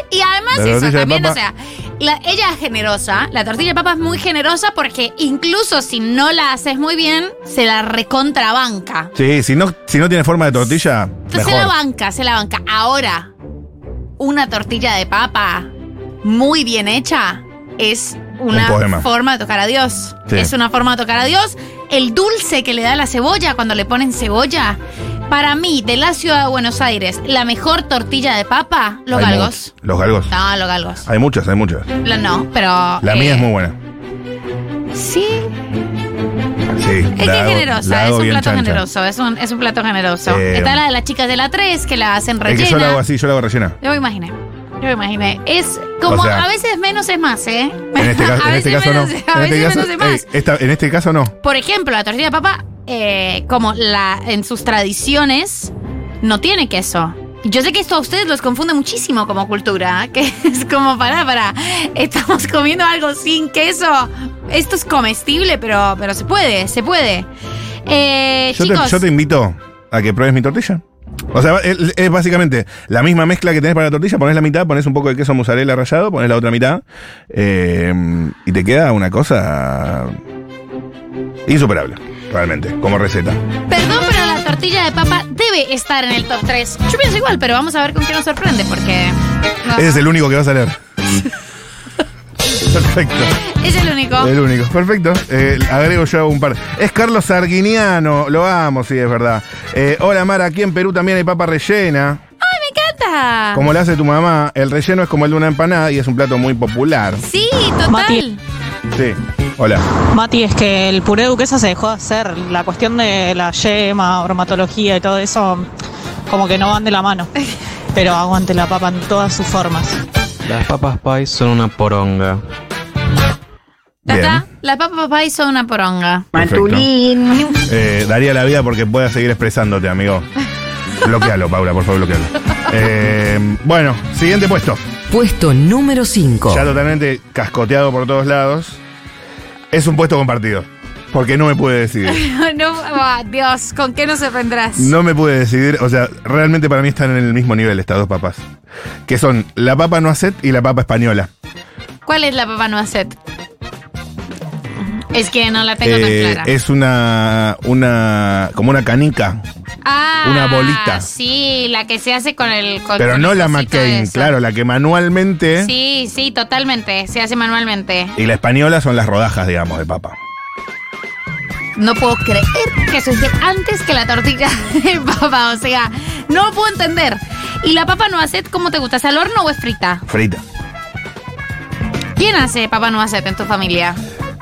Speaker 1: Y además
Speaker 4: La tortilla
Speaker 1: eso
Speaker 4: de
Speaker 1: también,
Speaker 4: papa.
Speaker 1: o sea, la- ella es generosa, la tortilla de papa es muy generosa porque incluso si no la haces muy bien, se la recontrabanca.
Speaker 4: Sí, si no, si no tiene forma de tortilla,
Speaker 1: Entonces se la
Speaker 4: mejor.
Speaker 1: banca, se la banca. Ahora, una tortilla de papa muy bien hecha es una
Speaker 4: Un poema.
Speaker 1: forma de tocar a Dios.
Speaker 4: Sí.
Speaker 1: Es una forma de tocar a Dios. El dulce que le da la cebolla cuando le ponen cebolla. Para mí, de la ciudad de Buenos Aires, la mejor tortilla de papa, los
Speaker 4: Hay
Speaker 1: galgos.
Speaker 4: much- Los galgos.
Speaker 1: No, los galgos.
Speaker 4: Hay muchas, hay muchas.
Speaker 1: La- no, pero.
Speaker 4: La mía
Speaker 1: eh,
Speaker 4: es muy buena.
Speaker 1: Sí,
Speaker 4: Sí,
Speaker 1: es que
Speaker 4: la
Speaker 1: es
Speaker 4: hago- la
Speaker 1: generosa, es
Speaker 4: hago
Speaker 1: un
Speaker 4: bien
Speaker 1: plato
Speaker 4: chancha.
Speaker 1: generoso, es un, es un plato generoso.
Speaker 4: Eh,
Speaker 1: Está la de las chicas de la 3 que la hacen
Speaker 4: Es
Speaker 1: rellena.
Speaker 4: que yo la hago así, yo la hago rellena.
Speaker 1: Yo me imaginé, yo me imaginé. Es como
Speaker 4: O sea,
Speaker 1: a veces menos es más, ¿eh?
Speaker 4: En este caso,
Speaker 1: a
Speaker 4: en este
Speaker 1: veces
Speaker 4: caso no.
Speaker 1: menos, a
Speaker 4: En
Speaker 1: veces
Speaker 4: este caso,
Speaker 1: menos es más. Eh,
Speaker 4: ey, esta- en este caso no.
Speaker 1: Por ejemplo, la tortilla de papa, eh, como la en sus tradiciones, no tiene queso. Yo sé que esto a ustedes los confunde muchísimo como cultura, ¿eh? que es como, para, para, estamos comiendo algo sin queso. Esto es comestible, pero, pero se puede, se puede. Eh,
Speaker 4: Yo te,
Speaker 1: chicos,
Speaker 4: yo te invito a que pruebes mi tortilla. O sea, es, es básicamente la misma mezcla que tenés para la tortilla, pones la mitad, pones un poco de queso mozzarella rallado, pones la otra mitad eh, y te queda una cosa insuperable, realmente, como receta.
Speaker 1: perdón, pero la tortilla de papa debe estar en el top 3. Yo pienso igual, pero vamos a ver con qué nos sorprende, porque...
Speaker 4: Ese es el único que vas a leer. Perfecto.
Speaker 1: Es el único.
Speaker 4: El único, perfecto. Eh, agrego yo un par. Es Carlos Sarguiniano, lo amo, sí, es verdad. Eh, hola Mara, aquí en Perú también hay papa rellena.
Speaker 1: ¡Ay, me encanta!
Speaker 4: Como la hace tu mamá, el relleno es como el de una empanada y es un plato muy popular.
Speaker 1: Sí, total.
Speaker 2: Mati.
Speaker 4: Sí, hola.
Speaker 2: Mati, es que el puré duquesa se dejó de hacer. La cuestión de la yema, bromatología y todo eso, como que no van de la mano. Pero aguante la papa en todas sus formas.
Speaker 12: Las papas pie son una poronga.
Speaker 1: Ya
Speaker 4: Bien.
Speaker 1: está. La papa papá hizo una poronga.
Speaker 4: Perfecto. Eh, daría la vida porque puedas seguir expresándote, amigo. Bloquealo, Paula, por favor, bloquealo. Eh, bueno, siguiente puesto.
Speaker 7: Puesto número
Speaker 1: Oh.
Speaker 7: 5.
Speaker 4: Ya totalmente cascoteado por todos lados. Es un puesto compartido. Porque no me pude decidir.
Speaker 1: no, ah, Dios, ¿con qué nos sorprenderás?
Speaker 4: No me pude decidir. O sea, realmente para mí están en el mismo nivel estas dos papas. Que son la papa noacet y la papa española.
Speaker 1: ¿Cuál es la papa noacet? Es que no la tengo
Speaker 4: Eh,
Speaker 1: tan clara.
Speaker 4: es una. una. como una canica.
Speaker 1: ah,
Speaker 4: una bolita.
Speaker 1: Sí, la que se hace con el. con-
Speaker 4: pero
Speaker 1: con
Speaker 4: no
Speaker 1: el
Speaker 4: la
Speaker 1: cosito
Speaker 4: McCain,
Speaker 1: ese.
Speaker 4: claro, ¿eh? la que manualmente.
Speaker 1: Sí, sí, totalmente. Se hace manualmente.
Speaker 4: Y la española son las rodajas, digamos, de papa.
Speaker 1: No puedo creer que eso es de antes que la tortilla de papa. O sea, no lo puedo entender. ¿Y la papa no hace cómo te gusta? ¿Es al horno o es frita?
Speaker 4: Frita.
Speaker 1: ¿Quién hace papa no hace en tu familia?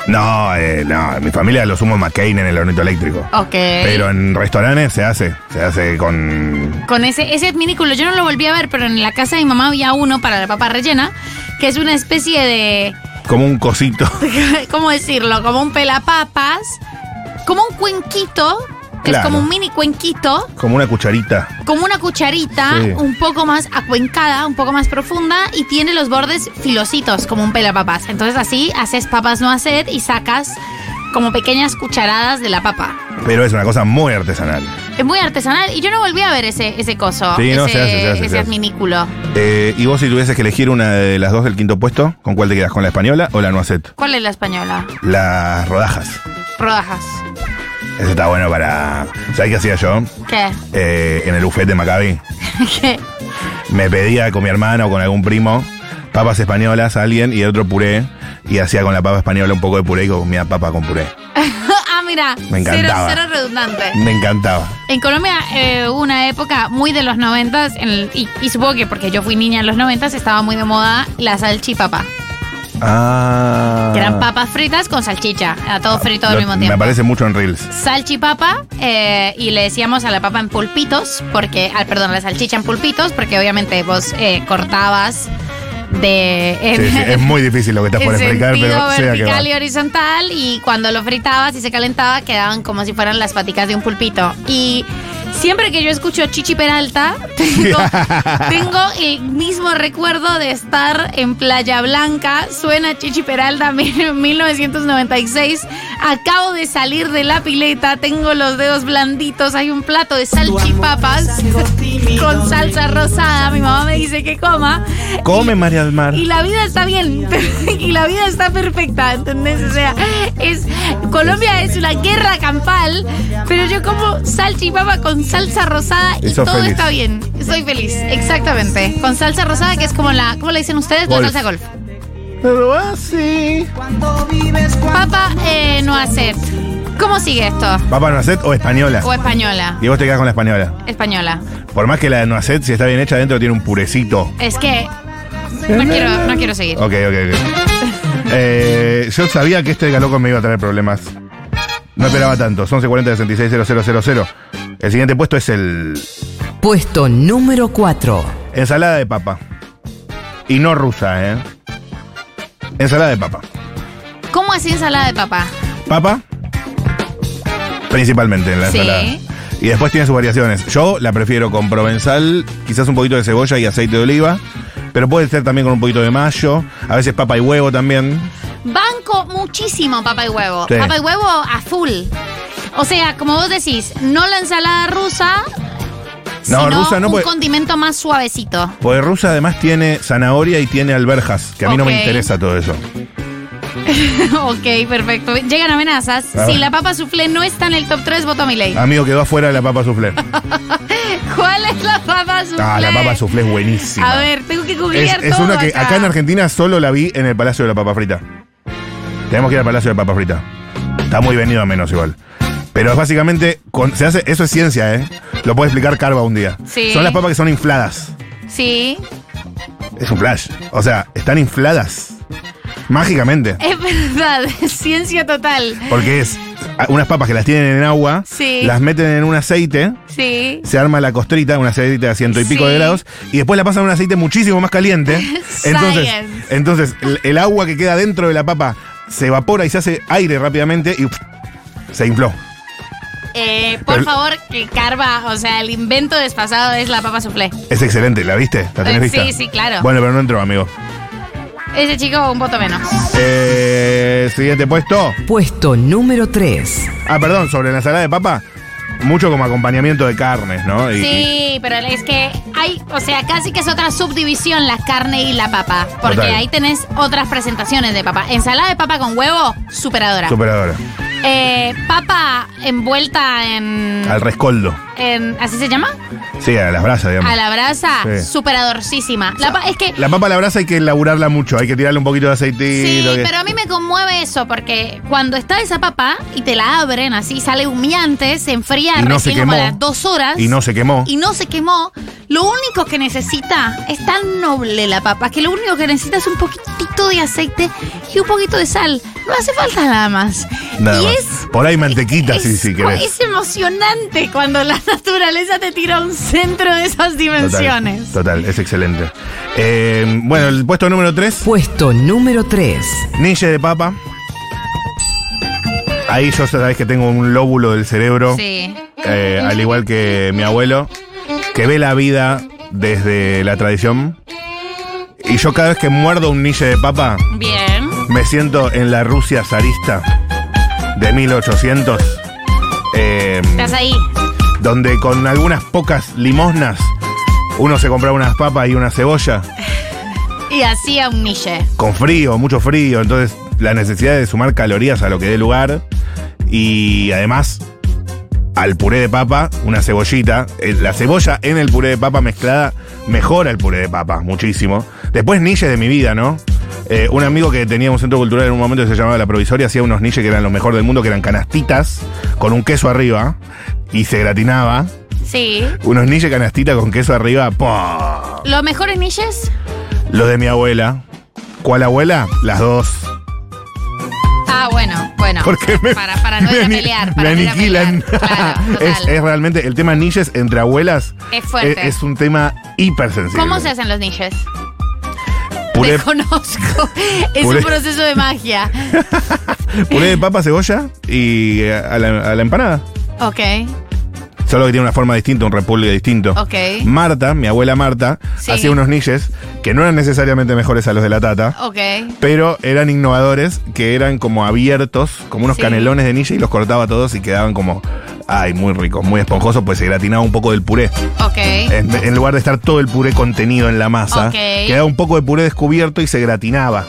Speaker 4: No, eh, no, en mi familia lo sumo McCain en el hornito eléctrico.
Speaker 1: Ok.
Speaker 4: Pero en restaurantes se hace, se hace con...
Speaker 1: Con ese, ese adminículo, yo no lo volví a ver, pero en la casa de mi mamá había uno para la papa rellena, que es una especie de.
Speaker 4: como un cosito.
Speaker 1: ¿Cómo decirlo? Como un pelapapas, como un cuenquito, que es
Speaker 4: Claro.
Speaker 1: como un mini cuenquito,
Speaker 4: Como una cucharita.
Speaker 1: como una cucharita,
Speaker 4: Sí.
Speaker 1: un poco más acuencada, un poco más profunda, y tiene los bordes filositos, como un pelapapas. Entonces así haces papas no hacer y sacas como pequeñas cucharadas de la papa.
Speaker 4: Pero es una cosa muy artesanal.
Speaker 1: Es muy artesanal y yo no volví a ver ese, ese coso,
Speaker 4: Sí,
Speaker 1: ese,
Speaker 4: no, se hace, se hace,
Speaker 1: ese
Speaker 4: se hace.
Speaker 1: adminículo.
Speaker 4: Eh, ¿Y vos si tuvieses que elegir una de las dos del quinto puesto, con cuál te quedas? ¿Con la española o la noacet?
Speaker 1: ¿Cuál es la española?
Speaker 4: Las rodajas.
Speaker 1: Rodajas.
Speaker 4: Eso está bueno para... ¿Sabés qué hacía yo?
Speaker 1: ¿Qué?
Speaker 4: Eh, en el buffet de Maccabi.
Speaker 1: ¿Qué?
Speaker 4: me pedía con mi hermana o con algún primo papas españolas a alguien y otro puré y hacía con la papa española un poco de puré y comía papa con puré.
Speaker 1: ah, mira.
Speaker 4: Me encantaba.
Speaker 1: Cero, cero redundante.
Speaker 4: Me encantaba.
Speaker 1: En Colombia eh, hubo una época muy de los noventas, en el- y, y supongo que porque yo fui niña en los noventas, estaba muy de moda la salchipapa.
Speaker 4: Ah.
Speaker 1: Que eran papas fritas con salchicha, a todo frito al
Speaker 4: Lo-
Speaker 1: mismo
Speaker 4: Me
Speaker 1: tiempo.
Speaker 4: aparece mucho en Reels.
Speaker 1: Salchipapa, eh, y le decíamos a la papa en pulpitos, porque, al perdón, la salchicha en pulpitos, porque obviamente vos eh, cortabas de...
Speaker 4: Sí,
Speaker 1: en-
Speaker 4: sí, es muy difícil lo que estás
Speaker 1: en
Speaker 4: por explicar, pero
Speaker 1: sentido
Speaker 4: sea que va.
Speaker 1: vertical y horizontal y cuando lo fritabas y se calentaba quedaban como si fueran las paticas de un pulpito y siempre que yo escucho Chichi Peralta tengo, tengo el mismo recuerdo de estar en Playa Blanca suena Chichi Peralta mil- 1996 acabo de salir de la pileta tengo los dedos blanditos hay un plato de salchipapas con salsa rosada mi mamá me dice que coma
Speaker 4: Come María del Mar.
Speaker 1: y la vida está bien. y la vida está perfecta, ¿entendés? O sea, es, Colombia es una guerra campal, pero yo como salchipapa con salsa rosada y,
Speaker 4: Y sos
Speaker 1: todo
Speaker 4: feliz.
Speaker 1: está bien. Soy feliz, exactamente. Con salsa rosada, que es como la. ¿Cómo le dicen ustedes?
Speaker 4: Golf.
Speaker 1: La salsa golf.
Speaker 4: Pero así.
Speaker 1: Papa eh, no hacer. ¿Cómo sigue esto?
Speaker 4: ¿Papa Noacet o española?
Speaker 1: O española.
Speaker 4: Y vos te quedas con la española.
Speaker 1: Española.
Speaker 4: Por más que la de Noacet, si está bien hecha, adentro tiene un purecito.
Speaker 1: Es que. No quiero, no quiero seguir.
Speaker 4: Ok, ok, ok. Eh, yo sabía que este galoco me iba a traer problemas. No esperaba tanto. 1140 660000. El siguiente puesto es el
Speaker 7: Puesto número 4.
Speaker 4: ensalada de papa. Y no rusa, ¿eh? Ensalada de papa.
Speaker 1: ¿Cómo así ensalada de papa?
Speaker 4: Papa, principalmente en la
Speaker 1: Sí.
Speaker 4: ensalada. Y después tiene sus variaciones. Yo la prefiero con provenzal, quizás un poquito de cebolla y aceite de oliva. Pero puede ser también con un poquito de mayo. A veces papa y huevo también.
Speaker 1: Banco muchísimo papa y huevo.
Speaker 4: Sí.
Speaker 1: Papa y huevo a full. O sea, como vos decís, no la ensalada rusa,
Speaker 4: No,
Speaker 1: sino
Speaker 4: rusa no
Speaker 1: un
Speaker 4: puede.
Speaker 1: condimento más suavecito.
Speaker 4: Pues rusa además tiene zanahoria y tiene alberjas, que a mí no
Speaker 1: Ok.
Speaker 4: me interesa todo eso.
Speaker 1: ok, perfecto. Llegan amenazas.
Speaker 4: A ver. Ah.
Speaker 1: Si la papa soufflé no está en el top 3, voto a mi ley.
Speaker 4: Amigo, quedó afuera la papa soufflé.
Speaker 1: ¿Cuál es la papa soufflé?
Speaker 4: Ah, la papa soufflé es buenísima.
Speaker 1: A ver, tengo que
Speaker 4: es,
Speaker 1: googlear
Speaker 4: es
Speaker 1: todo
Speaker 4: una que
Speaker 1: acá.
Speaker 4: acá en Argentina solo la vi en el Palacio de la Papa Frita. Tenemos que ir al Palacio de Papa Frita. Está muy venido a menos igual. Pero es básicamente, con- se hace, eso es ciencia, ¿eh? Lo puede explicar Carva un día.
Speaker 1: Sí.
Speaker 4: Son las papas que son infladas.
Speaker 1: Sí.
Speaker 4: Es un flash. O sea, están infladas. Mágicamente.
Speaker 1: Es verdad, es ciencia total.
Speaker 4: Porque es ah, unas papas que las tienen en agua,
Speaker 1: Sí.
Speaker 4: las meten en un aceite,
Speaker 1: Sí.
Speaker 4: se arma la costrita, un aceite a ciento y pico
Speaker 1: Sí.
Speaker 4: de grados, y después la pasan a un aceite muchísimo más caliente. entonces,
Speaker 1: Science.
Speaker 4: entonces el, el agua que queda dentro de la papa se evapora y se hace aire rápidamente y uf, se infló.
Speaker 1: Eh, por
Speaker 4: Pero-
Speaker 1: favor, que carva, o sea, el invento despasado es la papa soufflé.
Speaker 4: Es excelente, ¿la viste? ¿La tenés
Speaker 1: Eh,
Speaker 4: vista?
Speaker 1: sí, sí, claro.
Speaker 4: Bueno, pero no entró, amigo.
Speaker 1: Ese chico, un voto menos.
Speaker 4: Eh, siguiente puesto.
Speaker 7: Puesto número 3.
Speaker 4: Ah, perdón, sobre la ensalada de papa, mucho como acompañamiento de carnes, ¿no? Y-
Speaker 1: Sí, pero es que hay, o sea, casi que es otra subdivisión la carne y la papa. Porque
Speaker 4: Total.
Speaker 1: ahí tenés otras presentaciones de papa. Ensalada de papa con huevo,
Speaker 4: y
Speaker 1: superadora.
Speaker 4: superadora.
Speaker 1: Eh, papa envuelta en,
Speaker 4: Al rescoldo.
Speaker 1: en- ¿Así se llama?
Speaker 4: Sí, a las brasas, digamos.
Speaker 1: A la brasa,
Speaker 4: Sí.
Speaker 1: superadorcísima. La pa- es que
Speaker 4: La papa a la brasa hay que laburarla mucho, hay que tirarle un poquito de
Speaker 1: Sí,
Speaker 4: aceitito. que-
Speaker 1: pero a mí me conmueve eso, porque cuando está esa papa y te la abren así, sale humeante, se enfría
Speaker 4: Y no se
Speaker 1: recién como a
Speaker 4: quemó.
Speaker 1: las dos horas.
Speaker 4: Y no se quemó.
Speaker 1: Y no se quemó. Lo único que necesita, es tan noble la papa, que lo único que necesita es un poquitito de aceite y un poquito de sal. No hace falta nada más.
Speaker 4: Nada
Speaker 1: y
Speaker 4: más.
Speaker 1: es...
Speaker 4: Por ahí mantequita, si,
Speaker 1: es-
Speaker 4: si querés.
Speaker 1: es emocionante cuando la naturaleza te tira a un centro de esas dimensiones.
Speaker 4: Total, total, es excelente. Eh, bueno, el puesto número 3.
Speaker 7: Puesto número 3.
Speaker 4: Ninja de papa. Ahí yo sabés que tengo un lóbulo del cerebro.
Speaker 1: Sí.
Speaker 4: eh, al igual que mi abuelo, que ve la vida desde la tradición. Y yo cada vez que muerdo un niche de papa,
Speaker 1: Bien.
Speaker 4: me siento en la Rusia zarista de 1800. eh,
Speaker 1: Estás ahí.
Speaker 4: donde con algunas pocas limosnas uno se compraba unas papas y una cebolla,
Speaker 1: Y hacía un niche.
Speaker 4: con frío, mucho frío, entonces la necesidad de sumar calorías a lo que dé lugar y además al puré de papa una cebollita, Eh, la cebolla en el puré de papa mezclada mejora el puré de papa muchísimo. Después niches de mi vida, ¿no? Eh, un amigo que tenía un centro cultural en un momento que se llamaba La Provisoria hacía unos niches que eran los mejor del mundo, que eran canastitas con un queso arriba y se gratinaba.
Speaker 1: Sí.
Speaker 4: Unos niches canastita con queso arriba. ¡pah!
Speaker 1: ¿Los mejores niches?
Speaker 4: Los de mi abuela. ¿Cuál abuela? Las dos.
Speaker 1: Ah, bueno, bueno.
Speaker 4: Porque me-
Speaker 1: para, para no ir a
Speaker 4: ani-
Speaker 1: pelear.
Speaker 4: me
Speaker 1: Para no ir a
Speaker 4: aniquilan.
Speaker 1: Claro,
Speaker 4: es,
Speaker 1: total.
Speaker 4: es realmente el tema niches entre abuelas. e-
Speaker 1: Es fuerte.
Speaker 4: Es, es un tema hipersensible.
Speaker 1: ¿Cómo se hacen los niches?
Speaker 4: Puré,
Speaker 1: Te conozco. es
Speaker 4: Puré.
Speaker 1: un proceso de magia.
Speaker 4: puré de papa, cebolla y eh, a la, a la empanada.
Speaker 1: Ok,
Speaker 4: Solo que tiene una forma distinta, un repulgue distinto.
Speaker 1: ok.
Speaker 4: Marta, mi abuela Marta,
Speaker 1: Sí.
Speaker 4: hacía unos niches que no eran necesariamente mejores a los de la tata.
Speaker 1: Ok.
Speaker 4: pero eran innovadores que eran como abiertos, como unos
Speaker 1: Sí.
Speaker 4: canelones de ninja y los cortaba todos y quedaban como, ay, muy ricos, muy esponjosos, pues se gratinaba un poco del puré.
Speaker 1: Ok.
Speaker 4: En, en lugar de estar todo el puré contenido en la masa,
Speaker 1: Ok.
Speaker 4: quedaba un poco de puré descubierto y se gratinaba.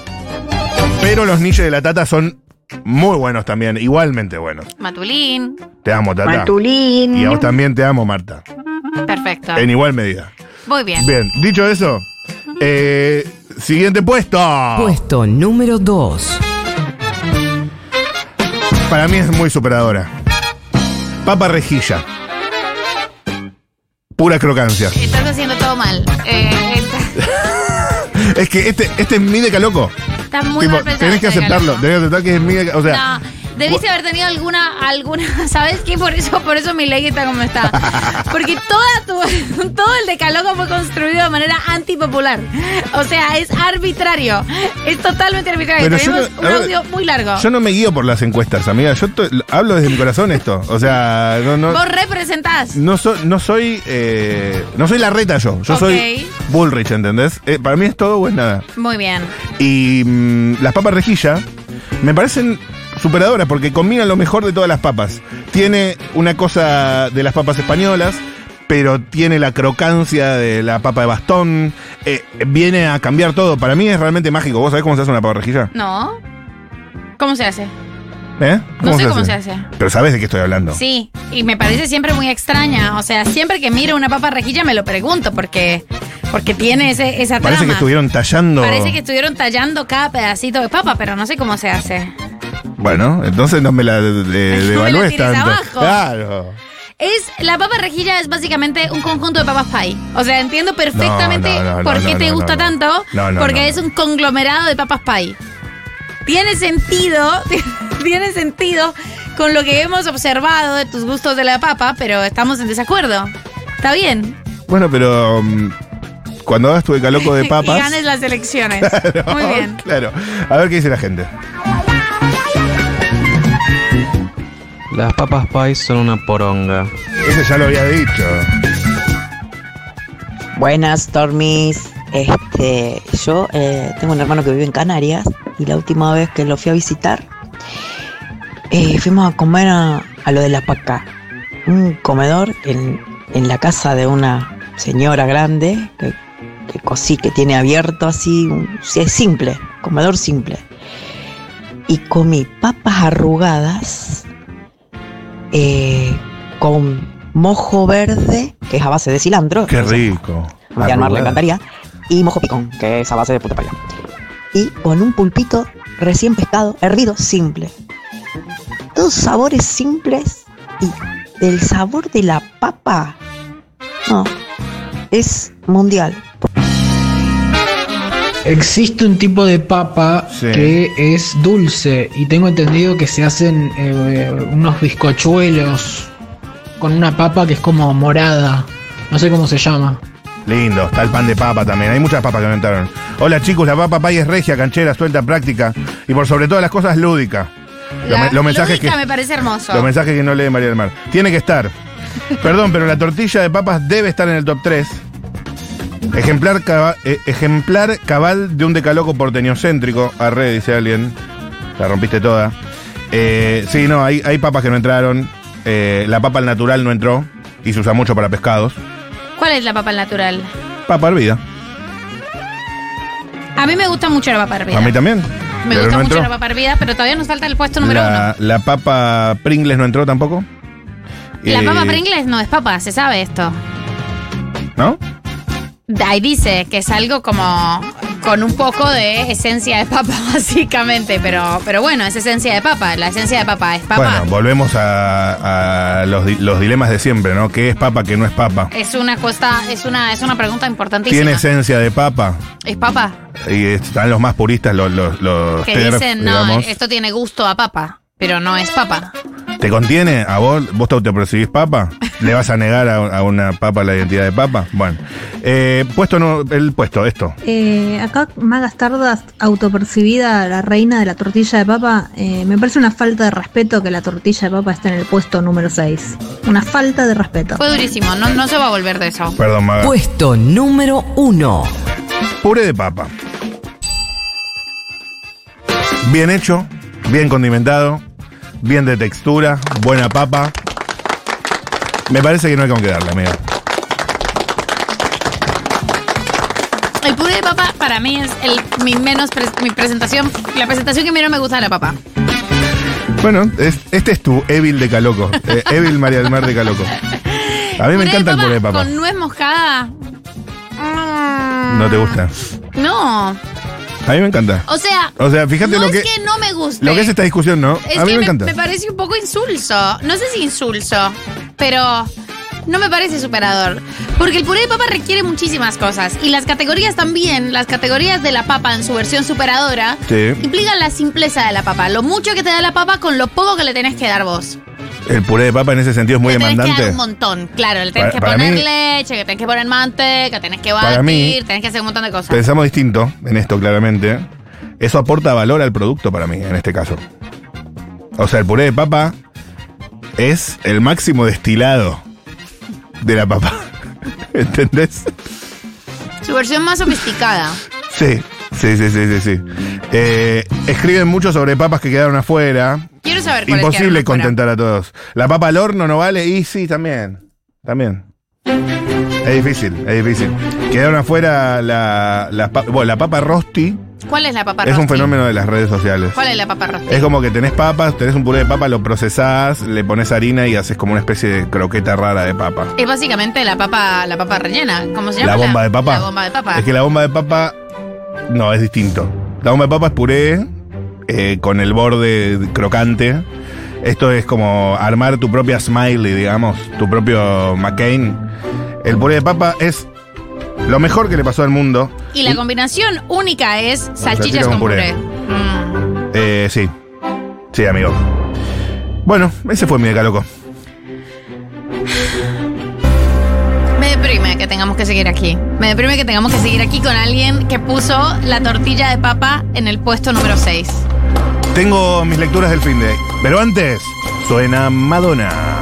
Speaker 4: Pero los niches de la tata son muy buenos también, igualmente buenos.
Speaker 1: Matulín.
Speaker 4: Te amo, tata. Y a vos también te amo, Marta.
Speaker 1: Perfecto.
Speaker 4: En igual medida.
Speaker 1: Muy bien.
Speaker 4: Eh, Bien, dicho eso, eh, siguiente puesto.
Speaker 7: Puesto número 2.
Speaker 4: Para mí es muy superadora. Papa rejilla. Pura crocancia.
Speaker 1: Estás haciendo todo mal. Eh, está-
Speaker 4: Es que este, este es mi deca loco.
Speaker 1: estás muy
Speaker 4: Tipo,
Speaker 1: mal pensado.
Speaker 4: tenés que
Speaker 1: este
Speaker 4: aceptarlo.
Speaker 1: galán.
Speaker 4: Tenés que aceptar que es mi deca- O sea,
Speaker 1: No, debiste haber tenido alguna, alguna, ¿sabes qué? Por eso, por eso mi ley está como está. Porque toda tu, todo el decalogo fue construido de manera antipopular. O sea, es arbitrario. Es totalmente arbitrario.
Speaker 4: Pero yo
Speaker 1: Tenemos
Speaker 4: no-
Speaker 1: un
Speaker 4: a ver,
Speaker 1: audio muy largo.
Speaker 4: yo no me guío por las encuestas, amiga. Yo to- hablo desde mi corazón esto. O sea, no, no,
Speaker 1: Vos representás.
Speaker 4: no, so- no soy. eh, no soy la reta yo. Yo
Speaker 1: Ok.
Speaker 4: soy Bullrich, ¿entendés? Eh, para mí es todo o es nada.
Speaker 1: Muy bien.
Speaker 4: Y mm, las papas rejilla me parecen superadoras porque combinan lo mejor de todas las papas. Tiene una cosa de las papas españolas, pero tiene la crocancia de la papa de bastón. Eh, viene a cambiar todo. Para mí es realmente mágico. ¿Vos sabés cómo se hace una papa rejilla?
Speaker 1: ¿No? ¿Cómo se hace?
Speaker 4: ¿Eh?
Speaker 1: No sé cómo se hace.
Speaker 4: Pero sabés de qué estoy hablando.
Speaker 1: Sí, y me parece siempre muy extraña. O sea, siempre que miro una papa rejilla me lo pregunto porque, porque tiene ese, esa
Speaker 4: Parece
Speaker 1: trama.
Speaker 4: que estuvieron tallando.
Speaker 1: Parece que estuvieron tallando cada pedacito de papa, pero no sé cómo se hace.
Speaker 4: Bueno, entonces no me la de- de-
Speaker 1: No me la
Speaker 4: devalúes
Speaker 1: tires
Speaker 4: tanto.
Speaker 1: abajo.
Speaker 4: Claro.
Speaker 1: Es, la papa rejilla es básicamente un conjunto de papas pie. O sea, entiendo perfectamente
Speaker 4: No, no, no,
Speaker 1: por
Speaker 4: no,
Speaker 1: qué
Speaker 4: no,
Speaker 1: te
Speaker 4: no,
Speaker 1: gusta
Speaker 4: no.
Speaker 1: tanto,
Speaker 4: No, no,
Speaker 1: porque
Speaker 4: no,
Speaker 1: es un conglomerado de papas pie. Tiene sentido, tiene sentido con lo que hemos observado de tus gustos de la papa, pero estamos en desacuerdo. Está bien.
Speaker 4: Bueno, pero mm, cuando hagas tu decaloco de
Speaker 1: Y
Speaker 4: papas.
Speaker 1: ganes las elecciones.
Speaker 4: Claro,
Speaker 1: Muy bien.
Speaker 4: Claro. A ver qué dice la gente.
Speaker 12: Las papas pie son una poronga.
Speaker 4: Ese ya lo había dicho.
Speaker 13: Buenas, Tormis. Este, yo eh, tengo un hermano que vive en Canarias y la última vez que lo fui a visitar, eh, fuimos a comer a, a lo de la paca. Un comedor en, en la casa de una señora grande que, que cosí, que tiene abierto así, un- sí, es simple, comedor simple. Y comí papas arrugadas eh, con mojo verde, que es a base de cilantro.
Speaker 4: Qué
Speaker 13: no sé,
Speaker 4: rico.
Speaker 13: María Almar le encantaría. Y mojo picón, que es a base de puta paya. Y con un pulpito recién pescado, hervido, simple. Dos sabores simples y del sabor de la papa. No, es mundial.
Speaker 8: Existe un tipo de papa
Speaker 13: Sí.
Speaker 8: que es dulce y tengo entendido que se hacen eh, unos bizcochuelos con una papa que es como morada. No sé cómo se llama.
Speaker 4: Lindo, está el pan de papa también. Hay muchas papas que aumentaron. Hola chicos, la papa pay es regia, canchera, suelta, práctica y por sobre todas las cosas lúdica. Los
Speaker 1: La
Speaker 4: me- los mensajes
Speaker 1: lúdica
Speaker 4: que
Speaker 1: me parece hermoso.
Speaker 4: los mensajes que no lee María del Mar. Tiene que estar. Perdón, pero la tortilla de papas debe estar en el top 3. Ejemplar, caba- eh, ejemplar cabal de un decaloco porteñocéntrico. Arre, dice alguien. La rompiste toda. Eh, sí, no, hay, hay papas que no entraron. Eh, la papa al natural no entró y se usa mucho para pescados.
Speaker 1: ¿Cuál es la papa al natural?
Speaker 4: Papa hervida.
Speaker 1: A mí me gusta mucho la papa hervida.
Speaker 4: A mí también.
Speaker 1: Me
Speaker 4: pero
Speaker 1: gusta
Speaker 4: no
Speaker 1: mucho
Speaker 4: entró.
Speaker 1: la papa hervida, pero todavía nos falta el puesto número uno.
Speaker 4: la, la papa Pringles no entró tampoco.
Speaker 1: La
Speaker 4: Eh,
Speaker 1: papa Pringles no es papa, se sabe esto.
Speaker 4: ¿No?
Speaker 1: Ahí dice que es algo como con un poco de esencia de papa, básicamente, pero, pero bueno, es esencia de papa. La esencia de papa es papa.
Speaker 4: Bueno, volvemos a, a los, di- los dilemas de siempre, ¿no? ¿Qué es papa, qué no es papa?
Speaker 1: Es una cuesta, es una, es una pregunta importantísima.
Speaker 4: ¿Tiene esencia de papa?
Speaker 1: Es papa.
Speaker 4: Y están los más puristas, los, los, los
Speaker 1: Que
Speaker 4: TERF,
Speaker 1: dicen, no,
Speaker 4: digamos.
Speaker 1: esto tiene gusto a papa, pero no es papa.
Speaker 4: ¿Te contiene? ¿A vos? ¿Vos te autopercibís papa? ¿Le vas a negar a, a una papa la identidad de papa? Bueno. Eh, puesto no, el puesto, esto.
Speaker 14: Eh, acá Magas Tardas, autopercibida la reina de la tortilla de papa, eh, me parece una falta de respeto que la tortilla de papa esté en el puesto número 6. Una falta de respeto.
Speaker 1: Fue durísimo, no, no se va a volver de eso.
Speaker 4: Perdón, Maga.
Speaker 7: Puesto número 1.
Speaker 4: Puré de papa. Bien hecho, bien condimentado, bien de textura, buena papa. Me parece que no hay con qué darle, amigo.
Speaker 1: El puré de papa para mí es el, mi menos pres- mi presentación, la presentación que menos me gusta de la papa.
Speaker 4: Bueno, es- este es tu Evil de Caloco. eh, Evil María del Mar de Caloco. A mí me encanta el puré de papa.
Speaker 1: Con nuez moscada. Mm,
Speaker 4: No te gusta.
Speaker 1: No.
Speaker 4: A mí me encanta.
Speaker 1: O sea,
Speaker 4: O sea, fíjate
Speaker 1: no
Speaker 4: lo
Speaker 1: es
Speaker 4: que-
Speaker 1: no me gusta.
Speaker 4: Lo que es esta discusión, ¿no? A mí me, encanta.
Speaker 1: parece un poco insulso. No sé si insulso, pero no me parece superador. Porque el puré de papa requiere muchísimas cosas. Y las categorías también, las categorías de la papa en su versión superadora,
Speaker 4: Sí.
Speaker 1: implican la simpleza de la papa. Lo mucho que te da la papa con lo poco que le tenés que dar vos.
Speaker 4: El puré de papa en ese sentido es muy
Speaker 1: le tenés que dar
Speaker 4: demandante.
Speaker 1: un montón. Claro, le tenés
Speaker 4: Para- para
Speaker 1: que poner
Speaker 4: mí-
Speaker 1: leche, que tenés que poner manteca, tenés que
Speaker 4: Para
Speaker 1: batir,
Speaker 4: mí-
Speaker 1: tenés que hacer un montón de cosas.
Speaker 4: Pensamos distinto en esto, claramente. Eso aporta valor al producto para mí, en este caso. O sea, el puré de papa es el máximo destilado de la papa. ¿Entendés?
Speaker 1: Su versión más sofisticada.
Speaker 4: Sí, sí, sí, sí, sí. sí. Eh, escriben mucho sobre papas que quedaron afuera.
Speaker 1: Quiero saber cuál
Speaker 4: Imposible contentar a todos. La papa al horno no vale y sí, también. También. Es difícil, es difícil. Quedaron afuera la, la, pa- bueno, la papa rosti.
Speaker 1: ¿Cuál es la papa
Speaker 4: es un
Speaker 1: rosti?
Speaker 4: fenómeno de las redes sociales.
Speaker 1: ¿Cuál es la papa rosti?
Speaker 4: Es como que tenés papas, tenés un puré de papa, lo procesás, le pones harina y haces como una especie de croqueta rara de papa.
Speaker 1: Es básicamente la papa, la papa rellena. ¿Cómo se llama?
Speaker 4: ¿La bomba de papa?
Speaker 1: La bomba de papa.
Speaker 4: Es que la bomba de papa no, es distinto. La bomba de papa es puré eh, con el borde crocante. Esto es como armar tu propia smiley, digamos, tu propio McCain. El puré de papa es lo mejor que le pasó al mundo.
Speaker 1: Y la combinación única es
Speaker 4: salchicha
Speaker 1: salchichas con
Speaker 4: con
Speaker 1: puré. Mm.
Speaker 4: puré. Eh, sí. Sí, amigo. Bueno, ese fue mi deca loco.
Speaker 1: Me deprime que tengamos que seguir aquí. Me deprime que tengamos que seguir aquí con alguien que puso la tortilla de papa en el puesto número 6.
Speaker 4: Tengo mis lecturas del fin de. Pero antes, suena Madonna.